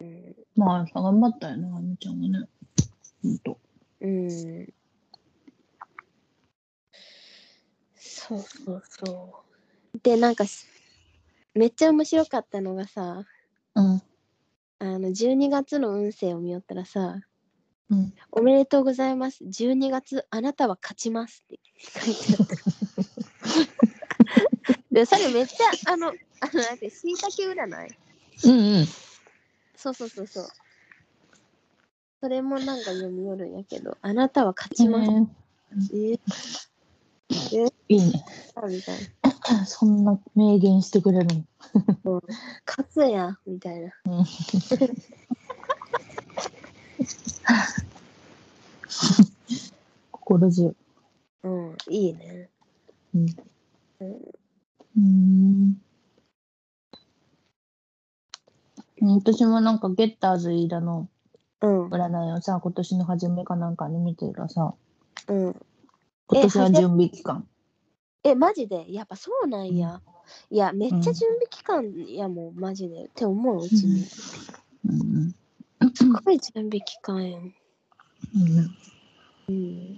S2: うん。
S1: まあ、さ、頑張ったよね、あみちゃんがね。ほんと。
S2: うん、そうそうそう。で、なんかし、めっちゃ面白かったのがさ、
S1: うん。
S2: あの、12月の運勢を見よったらさ、
S1: うん。
S2: おめでとうございます。12月、あなたは勝ちますって書いてあった。で、それめっちゃ、あの、あの、なんて、しいたけ占い
S1: うんうん。
S2: そうそうそうそう。それもなんか読み寄るんやけど、あなたは勝ちます。えー
S1: いいね。
S2: みたいな。
S1: そんな明言してくれるの。
S2: 勝つやんみたいな。
S1: 心強い。
S2: うん、いいね。
S1: うん。うーん。私もなんかゲッターズ飯田の
S2: うん、
S1: 占いをさ今年の初めかなんかに見てたらさ
S2: うん。
S1: 今年は
S2: 初め
S1: 準備期間
S2: え、マジでやっぱそうなんや。いや、めっちゃ
S1: うん
S2: 準備期間やもん、マジで。って思う、うちに。す
S1: うんうん
S2: ごい準備期間やん。
S1: うん
S2: うん。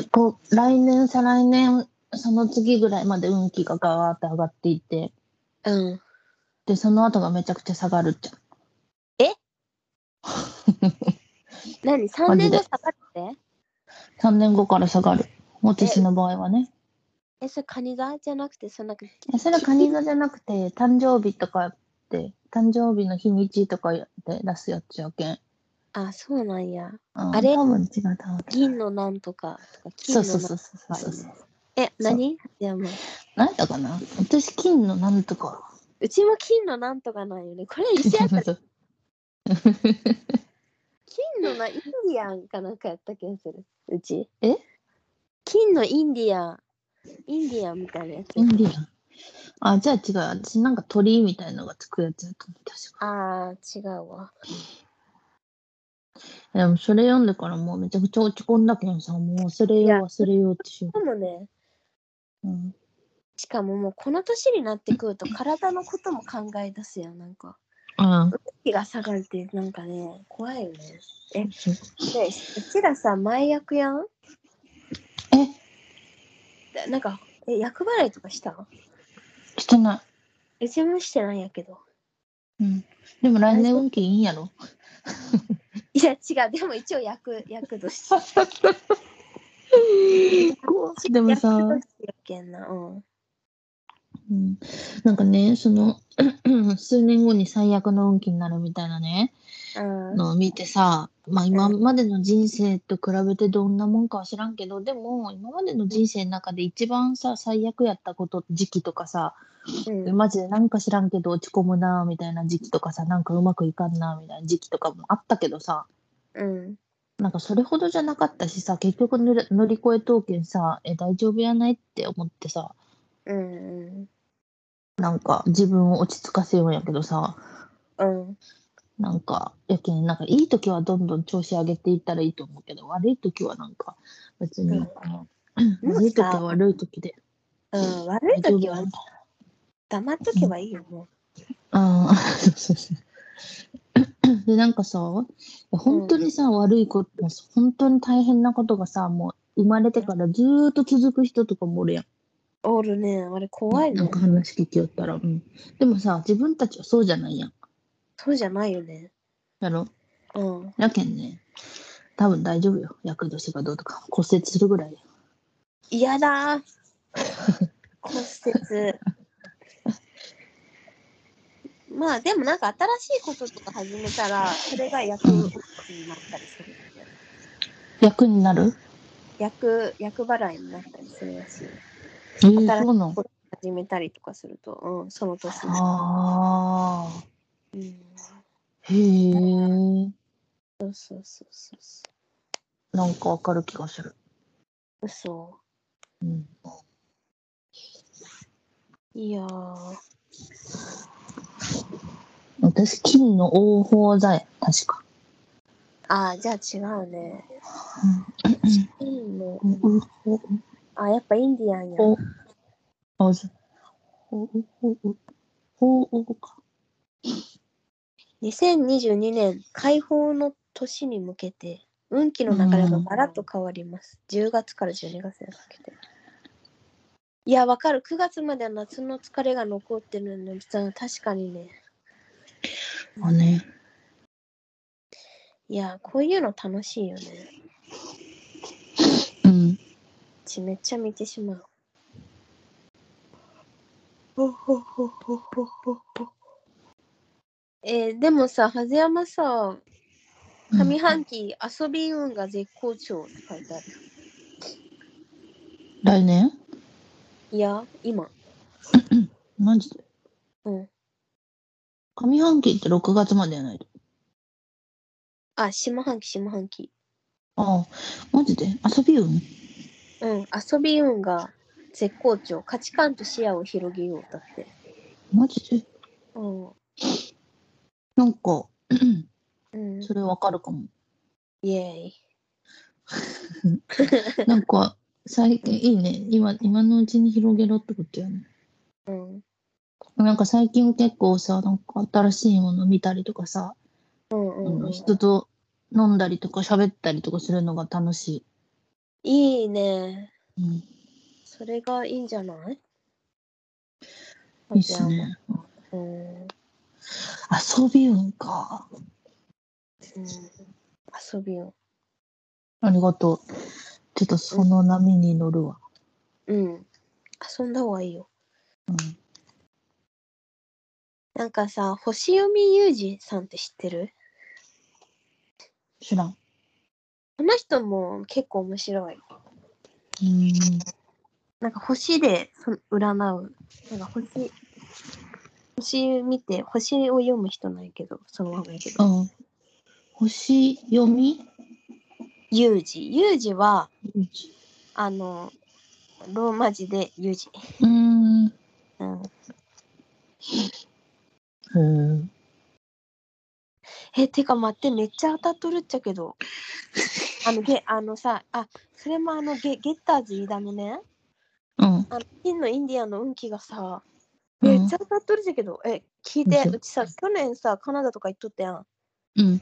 S1: でこう来年再来年その次ぐらいまで運気がガーって上がっていって
S2: うん。
S1: でその後がめちゃくちゃ下がるじゃん
S2: 何 ?3 年
S1: マジで
S2: 後下がって
S1: 3年後から下がる私の場合はね
S2: え、それカニ座じゃなくて、そんなく
S1: えそれはカニ座じゃなくて誕生日とかって誕生日の日にちとかで出すやつやけん、うん、
S2: あ、そうなんや。
S1: あ
S2: れ
S1: 多分違う多分
S2: 銀のなんとかとか、金
S1: そ
S2: の
S1: うそうそ
S2: なん
S1: うそうそうそう
S2: え、何いやもう、
S1: 何だかな私金のなんとか
S2: うちも金のなんとかなんよね。これ一緒やったら金のなインディアンかなんかやった気がする。うち。
S1: え
S2: 金のインディアン、インディアンみたいなやつ。
S1: インディアンあじゃあ違う私なんか鳥みたいのがつくやつやと思う確か
S2: ああ、違うわ。
S1: でもそれ読んでからもうめちゃくちゃ落ち込んだけんさ、もう忘れ
S2: い
S1: よ
S2: や
S1: う忘れようってしよ
S2: でもね、
S1: う。うん、
S2: しかももうこの年になってくると体のことも考え出すやん、なんか。
S1: あ
S2: 気が下がるって、なんかね、怖いよね。え、
S1: あそう
S2: で、うちらさ、前役やん
S1: え
S2: だなんか、え、役払いとかした
S1: してな
S2: うちもしてないんやけど。
S1: い。うん、でも来年運気いいんやろ。
S2: いや、違う、でも一応役、役として。
S1: でもさ、
S2: 役としてやけんな。うん。
S1: うん、なんかね、その 数年後に最悪の運気になるみたいなね、
S2: うん
S1: のを見てさ、まあ今までの人生と比べてどんなもんかは知らんけど、でも今までの人生の中で一番さ、最悪やったこと、時期とかさ、
S2: うん
S1: マジでなんか知らんけど落ち込むなみたいな時期とかさなんかうまくいかんなみたいな時期とかもあったけどさ
S2: うん
S1: なんかそれほどじゃなかったしさ結局乗り乗り越え当見さえ大丈夫やないって思ってさ
S2: うん
S1: なんか自分を落ち着かせようんやけどさ
S2: うん
S1: なんかやけんなんかいい時はどんどん調子上げていったらいいと思うけど悪い時はなんか別に、
S2: うん
S1: あの
S2: もうさ
S1: 悪い時は悪い時で
S2: うん悪い時は黙っとけばいいよも
S1: ああ、そうそうそう。 で、なんかさ、本当にさ、悪いこと、本当に大変なことがさ、もう生まれてからずーっと続く人とかもおるやん。
S2: うおるねあれ怖い
S1: な
S2: ね
S1: んか話聞きよったら。うん、でもさ、自分たちはそうじゃないやん。
S2: そうじゃないよね
S1: やろ
S2: うん
S1: やけんね、多分大丈夫よ。厄年がどうとか、骨折するぐらいや。
S2: 嫌だ ー骨折まあでもなんか新しいこととか始めたらそれが役になったりする
S1: 役になる
S2: 役役払いになったりするらしい
S1: え
S2: しい
S1: ー、そうなん
S2: こと始めたりとかするとうんその年に
S1: ああ、
S2: うん
S1: へえ、
S2: そうそうそうそうそ
S1: なんかわかる気がする。
S2: う嘘
S1: うん。
S2: いやー
S1: 私、金の大宝座や、確か。
S2: ああ、じゃあ違うね。金の
S1: うん
S2: あ、やっぱインディアンや。
S1: おあ、そう。ほうほうほうほうか。
S2: 2022年解放の年に向けて運気の流れがガラッと変わります、10月から12月にかけていやわかる9月までは夏の疲れが残ってるのにさ確かにね
S1: まあね。
S2: いやこういうの楽しいよね
S1: うん。
S2: ちめっちゃ見てしまうほほほほほほほえーでもさハゼヤマさ上半期遊び運が絶好調って書いてある
S1: 来年
S2: いや今
S1: マジで
S2: うん
S1: 上半期って6月までやないと。
S2: あ、下半期、下半期。
S1: ああ、マジで遊びよね。
S2: うん、遊び運が絶好調。価値観と視野を広げよう。だって。
S1: マジで
S2: うん。
S1: なんか、
S2: うん。
S1: それわかるかも。
S2: イェイ。
S1: なんか、最近いいね。今、今のうちに広げろってことやね。
S2: うん。
S1: なんか最近結構さ、なんか新しいもの見たりとかさ、
S2: うん
S1: あ
S2: うん、う
S1: の
S2: ん。
S1: 人と飲んだりとか喋ったりとかするのが楽し
S2: いいね。
S1: い。うん
S2: それがいいんじゃない
S1: いいっすね。
S2: じゃあうん。うん。
S1: 遊び運か。
S2: 遊び運。
S1: ありがとう。ちょっとその波に乗るわ。
S2: うん。遊んだ方がいいよ。
S1: うん。
S2: なんかさ、星読みゆうじさんって知ってる
S1: 知らん。
S2: この人も結構面白い。
S1: うん。
S2: なんか星でその占う。なんか星、星見て、星を読む人ないけど、そのままいいけど。
S1: うん。星読み
S2: ユージ。ユージは、あの、ローマ字でユージ。
S1: うん。へ
S2: うん、
S1: ー
S2: え、てか待って、めっちゃ当たっとるっちゃけど。あの、げあのさ、あ、それもあの、ゲゲッターズ飯田のね、
S1: うん。
S2: あの、金のインディアンの運気がさ、
S1: うん
S2: めっちゃ当たっとるっちゃけど、え、聞いて、
S1: 嘘
S2: うちさ、去年さ、カナダとか行っとったやん。
S1: うん。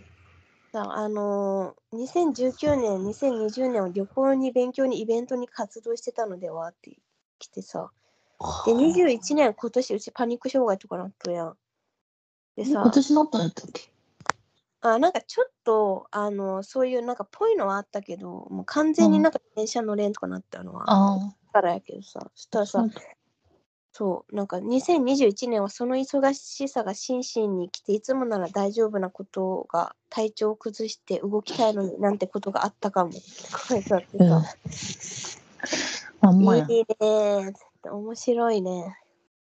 S2: さあのー2019年2020年を旅行に勉強にイベントに活動してたのではって来てさで21年今年うちパニック障害とかなったやんでさ
S1: 私なったんやったっけ
S2: あなんかちょっとあのそういうなんかぽいのはあったけどもう完全になんか電車乗れんとかなったのはあっ
S1: あ
S2: からやけどさそしたら
S1: あ。
S2: さそうなんか2021年はその忙しさが心身に来ていつもなら大丈夫なことが体調を崩して動きたいのになんてことがあったかもって書いてあって
S1: うん
S2: さ、
S1: あんまや。
S2: いいねーって面白いね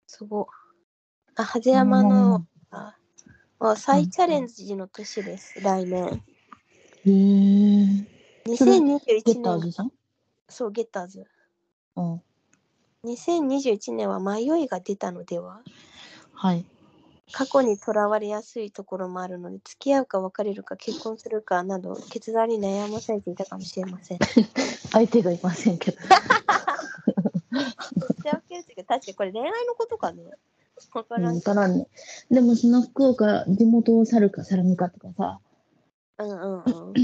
S2: すごあハゼヤマの、ああ再チャレンジの年です、来年
S1: うん。へえ。それゲッター
S2: 2021年
S1: ズさん
S2: そうゲッターズ
S1: うん。
S2: 2021年は迷いが出たのでは
S1: はい。
S2: 過去にとらわれやすいところもあるので付き合うか別れるか結婚するかなど決断に悩まされていたかもしれま せん。
S1: 相手がいませんけど。
S2: 付き合うけるっていうか確かにこれ恋愛のことかね。わか
S1: う
S2: らん
S1: ん、
S2: けど
S1: からんね。でもその福岡、地元を去るか去らぬかとかさ、
S2: うんうんうん。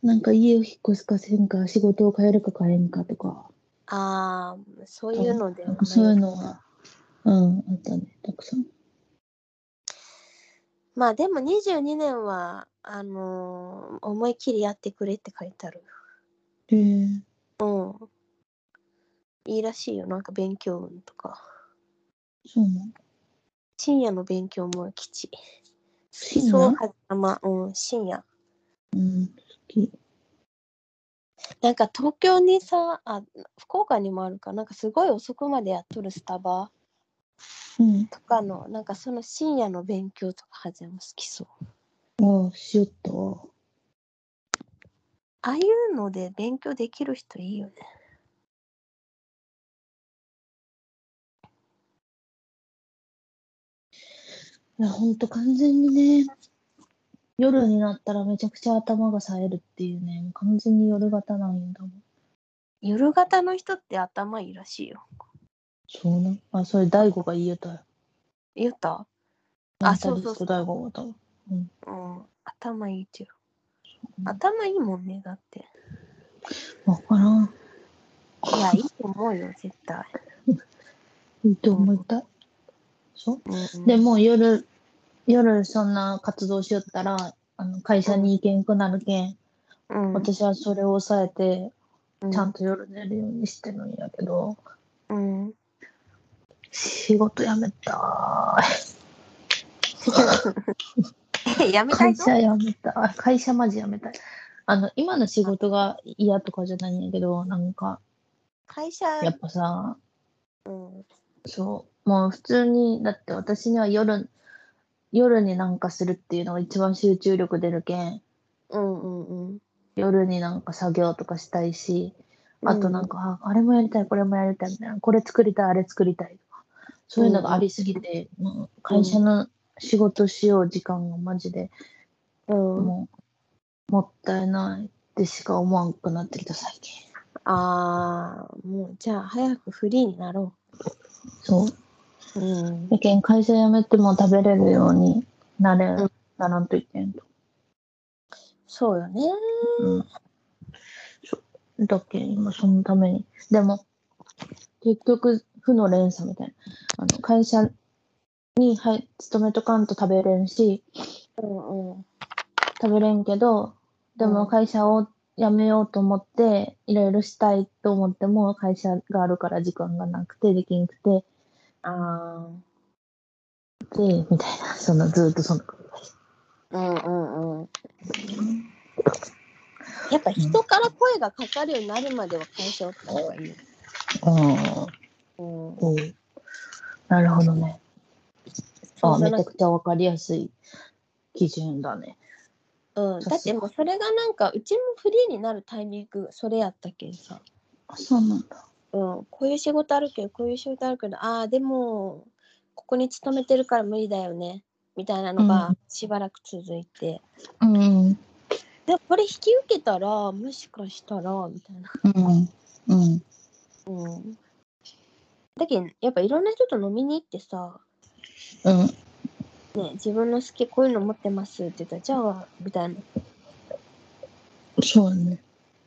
S1: なんか家を引っ越すかせんか、仕事を変えるか変えんかとか、
S2: ああ、そういうのではない。
S1: そういうのが、うん、あったね、たくさん。
S2: まあでも22年は、あのー思い切りやってくれって書いてある。
S1: へえ。
S2: うん。いいらしいよ。なんか勉強運とか。
S1: そうなん
S2: 深夜の勉強も吉。
S1: 深夜
S2: そう、はま、うん、深夜。
S1: うん、好き。
S2: なんか東京にさあ福岡にもあるかなんかすごい遅くまでやっとるスタバ
S1: うん。
S2: とかのなんかその深夜の勉強とか始めも好きそう
S1: ああ、しよったわ。
S2: ああいうので勉強できる人いいよね
S1: いや、ほんと完全にね、夜になったらめちゃくちゃ頭が冴えるっていうね、完全に夜型なんだもん。
S2: 夜型の人って頭いいらしいよ。
S1: そうな。あ、それ、大悟が言えたよ。
S2: 言った
S1: メ
S2: あ
S1: ンタ
S2: そう
S1: リ
S2: そう
S1: ス
S2: そ
S1: ト
S2: う
S1: 大悟が多分。
S2: うん。頭いいってよ。
S1: うん
S2: 頭いいもんね、だって。
S1: わからん。
S2: いや、いいと思うよ、絶対。
S1: いいと思いたい。そう
S2: うん、
S1: で、もう夜、夜そんな活動しよったら、あの会社に行けんくなるけん、
S2: うん、
S1: 私はそれを抑えて、
S2: うん
S1: ちゃんと夜寝るようにしてるんやけど、
S2: うん。
S1: 仕事辞めたい。
S2: え やめた
S1: 会
S2: いぞ。
S1: 社辞めたい。会社マジ辞めたい。あの、今の仕事が嫌とかじゃないんやけど、なんか、
S2: 会社、
S1: やっぱさ、
S2: うん。
S1: そう、もう普通に、だって私には夜、夜になんかするっていうのが一番集中力出るけん、
S2: うんうんうん。
S1: 夜になんか作業とかしたいし、あとなんか、ああれもやりたい、これもやりたいみたいな、これ作りたい、あれ作りたいとか、そういうのがありすぎて、もう会社の仕事しよう時間がマジで、
S2: うん、うん。
S1: もう、もったいないってしか思わんくなってきた最近。
S2: ああ、もう、じゃあ、早くフリーになろ
S1: そう。
S2: う。うん。
S1: だけん会社辞めても食べれるようになれ、
S2: うん
S1: ならんといけんと。
S2: そうよね。
S1: うん。そうだっけ今そのために。でも、結局、負の連鎖みたいな。あの会社に、はい、勤めとかんと食べれんし、
S2: うんうん。
S1: 食べれんけど、で
S2: う
S1: も
S2: ん
S1: 会社を辞めようと思って、いろいろしたいと思っても、会社があるから時間がなくて、できんくて、
S2: ああ。
S1: で、みたいな。 そのずっとその。
S2: うんうんうん。やっぱ人から声がかかるようになるまでは会社をった方がいいよ。
S1: あ
S2: うん。
S1: あ、なるほどね。あ
S2: そ
S1: あ、
S2: うじ
S1: め
S2: ゃ
S1: ち
S2: な
S1: ゃ
S2: く
S1: くちゃわかりやすい基準だね。
S2: うん、だってもうそれがなんかうちもフリーになるタイミングそれやったけんさ、
S1: あそうなんだ。
S2: うん、こういう仕事あるけどこういう仕事あるけどああでもここに勤めてるから無理だよねみたいなの
S1: う
S2: がしばらく続いて、
S1: うん。うん。
S2: でもこれ引き受けたらもしかしたらみたいな、
S1: うん。
S2: うん、だけどやっぱいろんな人と飲みに行ってさ、
S1: うん。
S2: ね、自分の好きこういうの持ってますって言ったらじゃあみたいな
S1: そうね。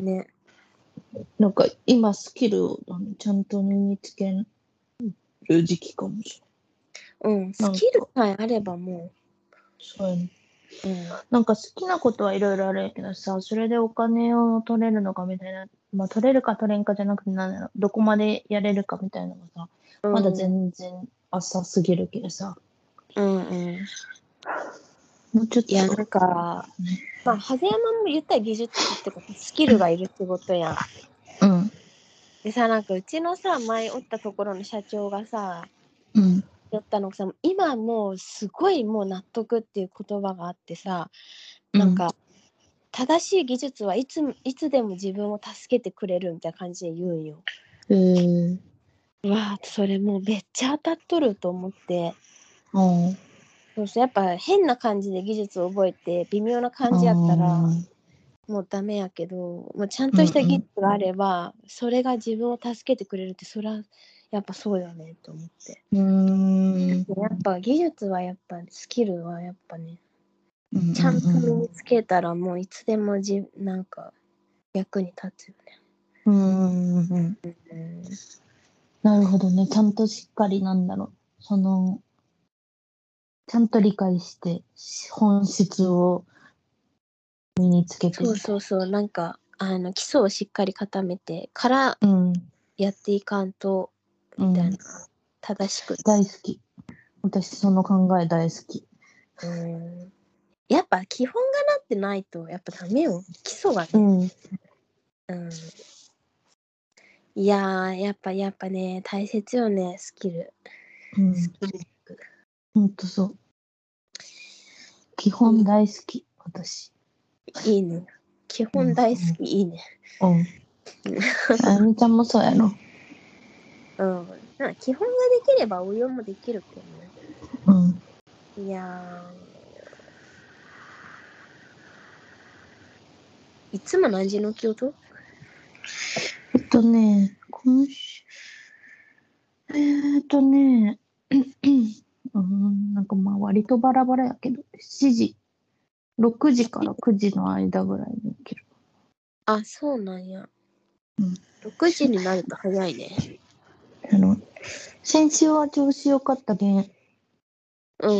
S2: ね
S1: なんか今スキルをあのちゃんと身につける時期かもし
S2: うんスキルさえあればも
S1: れない。そうやね。
S2: う、うん、
S1: なんか好きなことはいろいろあるんやけどさ、それでお金を取れるのかみたいな、まあ取れるか取れんかじゃなくてなんだろう、どこまでやれるかみたいなのがさ、まだ全然浅すぎるけどさ、
S2: うんうん
S1: もうちょっと。
S2: いやなんか、まあ、ハゼ山も言ったら技術ってことスキルがいる仕事やん。
S1: うん。
S2: でさなんかうちのさ前おったところの社長がさ
S1: うん。
S2: 言ったのがさ今もうすごいもう納得っていう言葉があってさなんか、正しい技術はいつもいつでも自分を助けてくれるみたいな感じで言うんよ。
S1: うん。えー。
S2: うわあそれもうめっちゃ当たっとると思って
S1: うん。
S2: そうそうやっぱ変な感じで技術を覚えて微妙な感じやったら。もうダメやけどもうちゃんとした技術があれば、それが自分を助けてくれるってそれはやっぱそうよねと思って
S1: うん。
S2: やっぱ技術はやっぱスキルはやっぱね
S1: うん。
S2: ちゃんと身につけたらもういつでもじなんか役に立つよ
S1: うんうんうん、
S2: ね、
S1: なるほどね。ちゃんとしっかりなんだろう。その、ちゃんと理解して、し本質を身につけて。
S2: そうそうそうなんかあの基礎をしっかり固めてから
S1: うん。
S2: やっていかんと
S1: う
S2: みたいな、
S1: ん、
S2: 正しく、
S1: 大好き。私、その考え大好き。
S2: うんやっぱ基本がなってないとやっぱダメよ基礎がね、
S1: うん。
S2: うんいやーやっぱやっぱね大切よねスキル。
S1: うん。ほんとそう。基本大好き、私。
S2: いいね。基本大好きいいね。
S1: うん。あやみちゃんもそうやろ。
S2: うん。なんか基本ができれば応用もできるけどね。
S1: うん。
S2: いやーいつも何時の起きと
S1: えっとね、今週、えー、っとね、 うん、なんかまあ割とバラバラやけど、7時、6時から9時の間ぐらいに起きる。
S2: あそうなんや、
S1: うん
S2: 6時になると早いね
S1: あの、先週は調子良かったけん、
S2: うんう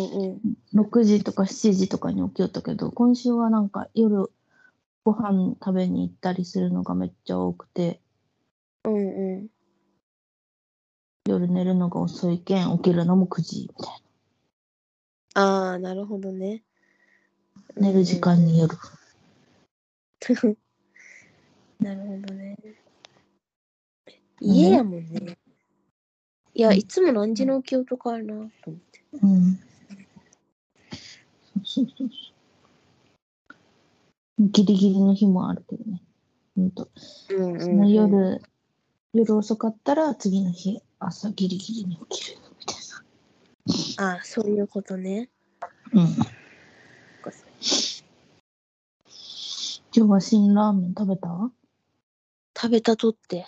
S2: ん
S1: 6時とか7時とかに起きよったけど、今週はなんか夜ご飯食べに行ったりするのがめっちゃ多くて、
S2: うんうん
S1: 夜寝るのが遅いけん、起きるのも9時みたい
S2: ああなるほどね
S1: な。寝る時間による。
S2: なるほどね。家やもんね。いや、
S1: うん
S2: いつも何時の起きよとかあるなと思って。
S1: うん。そうそうそうそう。ギリギリの日もあるけどね。ほんと。
S2: うん
S1: その夜、夜遅かったら次の日、朝ギリギリに起きるみたい
S2: ああ、そういうことね。
S1: な。うん。今日は辛ラーメン食べた
S2: 食べたとって。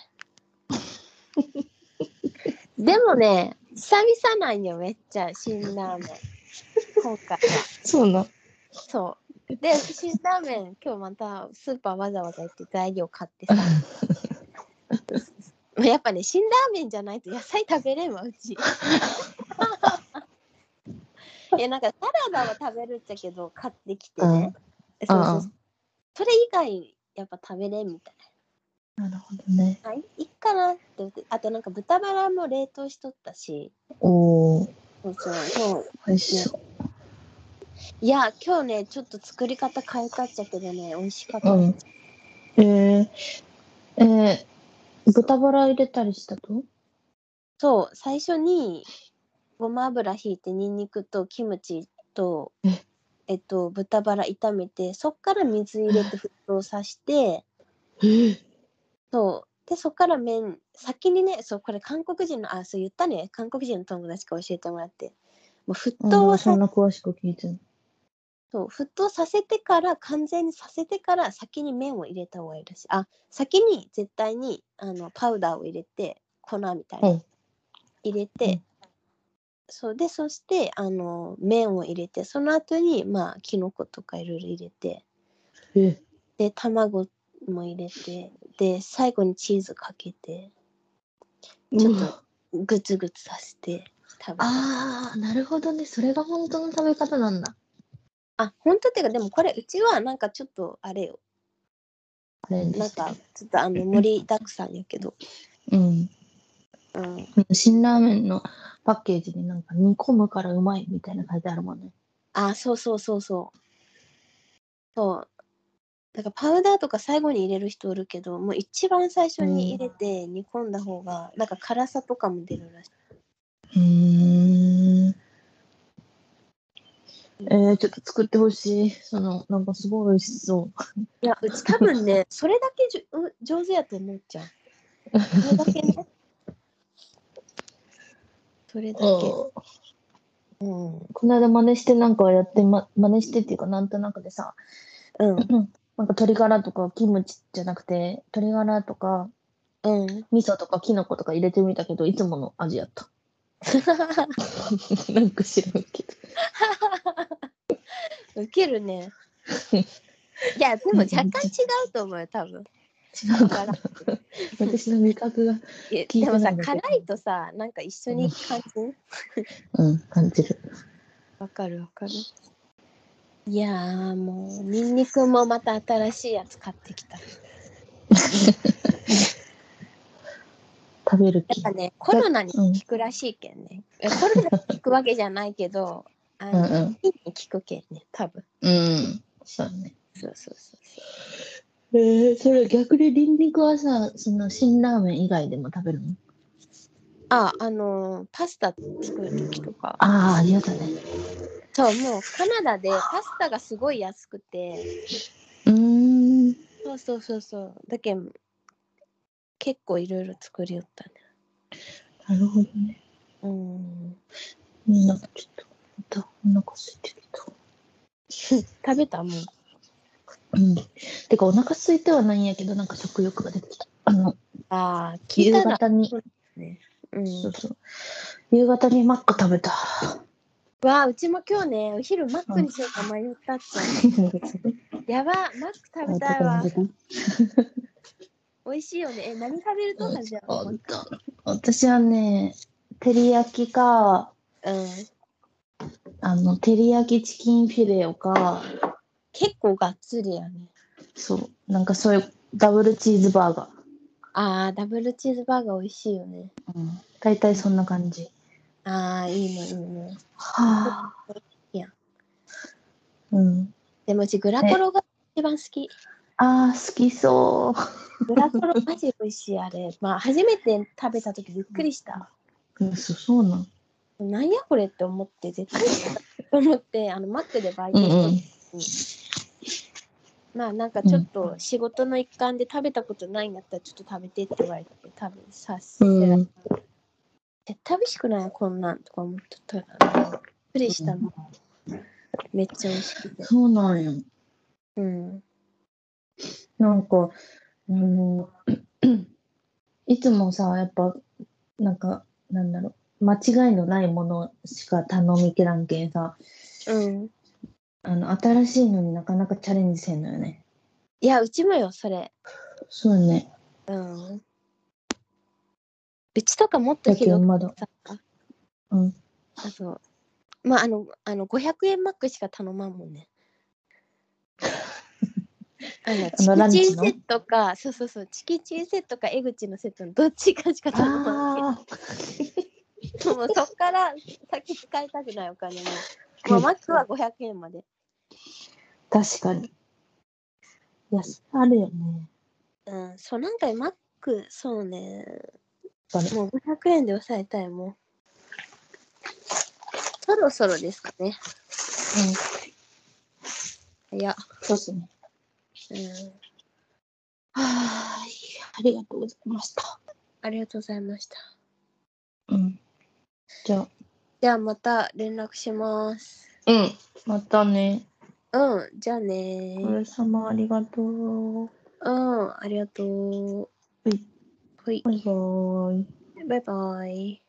S2: でもね、久々なんよ、めっちゃ、辛ラーメン。今回は。
S1: そうな。
S2: そう。で、辛ラーメン、今日またスーパーわざわざ行って材料買 ってさ。やっぱね、辛ラーメンじゃないと野菜食べれんわ、う ち。いや、なんかサラダは食べるっちゃけど、買ってきてね。そうそうそうそれ以外、やっぱ食べれんみたい
S1: なるほどね。
S2: な。あいいっかなって思って。あとなんか豚バラも冷凍しとったし。
S1: おお、
S2: そうそう。そう
S1: 美味しそ
S2: いや、今日ね、ちょっと作り方変えたっちゃけどね、美味しかった。
S1: う。うん。えー、えー、豚バラ入れたりしたと
S2: そう最初にごま油ひいてにんにくとキムチと
S1: え
S2: えっと豚バラ炒めてそっから水入れて沸騰させて
S1: えー、
S2: そうでそっから麺先にねそうこれ韓国人のあそう言ったね韓国人の友達から教えてもらってもう沸騰
S1: ど
S2: を
S1: う
S2: さ、
S1: そんな詳しく聞いてん
S2: そう沸騰させてから完全にさせてから先に麺を入れた方がいいらしいあ先に絶対にあのパウダーを入れて粉みたいな、
S1: うん
S2: 入れ
S1: う
S2: て
S1: ん、
S2: そうでそしてあの麺を入れてその後にまあきのことかいろいろ入れて
S1: えー、
S2: で卵も入れてで最後にチーズかけて
S1: ちょっ
S2: う
S1: と。
S2: グツグツさせて食べる
S1: ああ、なるほどね。それが本当の食べ方なんだ。
S2: あ本当っていうかでもこれうちはなんかちょっとあれよ
S1: アレンジ
S2: なん
S1: して
S2: かちょっ とあの盛りだくさんやけど、
S1: うん。
S2: うん、
S1: 辛ラーメンのパッケージになんか煮込むからうまいみたいな書いてあるもんね。
S2: あ、そうそうそうそう。そう。だからパウダーとか最後に入れる人おるけど、もう一番最初に入れて煮込んだ方が、なんか辛さとかも出るらしい。
S1: うーん。えー、ちょっと作ってほしい。その、なんかすごい美味しそ
S2: いや、うち多分ね、 それだけじょう上手やと思っちゃう。それだけ ね。それだ
S1: う。
S2: け。
S1: こ
S2: うん。
S1: の間真似してなんかやって、ま、真似してっていうかなんとなくでさ、
S2: うん。
S1: なんか鶏ガラとかキムチじゃなくて、鶏ガラとか
S2: うん。
S1: 味噌とかキノコとか入れてみたけど、いつもの味や った。なんか知らんけど。
S2: ウケる ね。いや、でも若干違うと思うよ、多分。
S1: 違うか
S2: だから
S1: な。私の味覚が。
S2: いや
S1: 聞いて
S2: で
S1: ない
S2: も
S1: んだ
S2: さ
S1: けど
S2: 辛いとさなんか一緒に感じん
S1: うん、感じる。
S2: わかるわかるいやーもうニンニクもまた新しいやつ買ってきたや
S1: 食べる
S2: っ
S1: 気
S2: ぱ。ねコロナに効くらしいけんね、えコロナに効くわけじゃないけどあ
S1: うん
S2: の、
S1: うん。
S2: いいに効くけんね多分
S1: うん。そうね。
S2: そうそうそうそう
S1: えー、それ逆にニンニクはさ、その辛ラーメン以外でも食べるの
S2: ああのーパスタ作る時とか
S1: ああ、嫌だね。
S2: そうもうカナダでパスタがすごい安くて
S1: うーん。
S2: そうそうそうそうだけん結構いろいろ作りよったね
S1: なるほどね。
S2: うん
S1: うんなんかちょっと、またお腹空いてきた。
S2: 食べたもう
S1: うん。てか、お腹空いてはないんやけど、なんか食欲が出てきた。あの、
S2: ああ聞い
S1: 夕
S2: たな
S1: 方に、
S2: うん
S1: そうそう夕方にマック食べた。
S2: わあうちも今日ねお昼マックにしようか迷ったっつうやばマック食べたいわ美味しいよねえ何食べるとかじゃあ
S1: おっと私はね、照り焼きか、
S2: うん
S1: あの、照り焼きチキンフィレオか、
S2: 結構がっつりやね
S1: そう、なんかそういうダブルチーズバーガー。
S2: ああダブルチーズバーガー美味しいよね
S1: うん、大体そんな感じ。
S2: ああいいねいいね
S1: はあ。
S2: いや。
S1: うん。
S2: でもうちグラコロが一番好き
S1: ああ、好きそ
S2: グラコロマジ美味しいあれまあ初めて食べた時びっくりした
S1: う。うん、そうそうなん。
S2: なんやこれって思って絶対違うと思ってあのマックでバイトしてた時に、まあなんかちょっと仕事の一環で食べたことないんだったらちょっと食べてって言われて多分させられて、
S1: うん
S2: 絶対美味しくないよこんなんとか思ってたらびっくりしたの、めっちゃ美味しくて
S1: そうなんや。
S2: うん
S1: なんか、あの、 いつもさ、やっぱ、なんか、なんだろう、間違いのないものしか頼みきらんけんさ、
S2: うん
S1: あの、新しいのになかなかチャレンジせんのよね。
S2: いやうちもよそれ
S1: そうね。
S2: うんうちとかもっと
S1: だけ
S2: ひど
S1: ど、
S2: く
S1: まだ。
S2: さ
S1: うん。
S2: あとまああのあの500円マックしか頼まんも んね。あ
S1: のラ
S2: の
S1: ン
S2: チキチ
S1: チ
S2: ン
S1: の
S2: セットかそうそうそうチキチンセットかエグチのセットのどっちかしか頼まん
S1: ああ、
S2: けどもうそっから先使いたくないお金ももうマックは500円まで
S1: 確かに。いや、あるよね。
S2: うんそうなんかマックそうね
S1: だね
S2: もう500円で抑えたいもんそろそろですかね
S1: うん、
S2: いや
S1: そうですね。
S2: うん
S1: はい、ありがとうございました。
S2: ありがとうございました
S1: うん。じゃあ、
S2: じゃあまた連絡します。
S1: うん。またね。
S2: うん、じゃあね
S1: お。れ様ありがとう。
S2: うん、ありがとう。
S1: はい
S2: はい、
S1: バイバイ。
S2: バイバイ。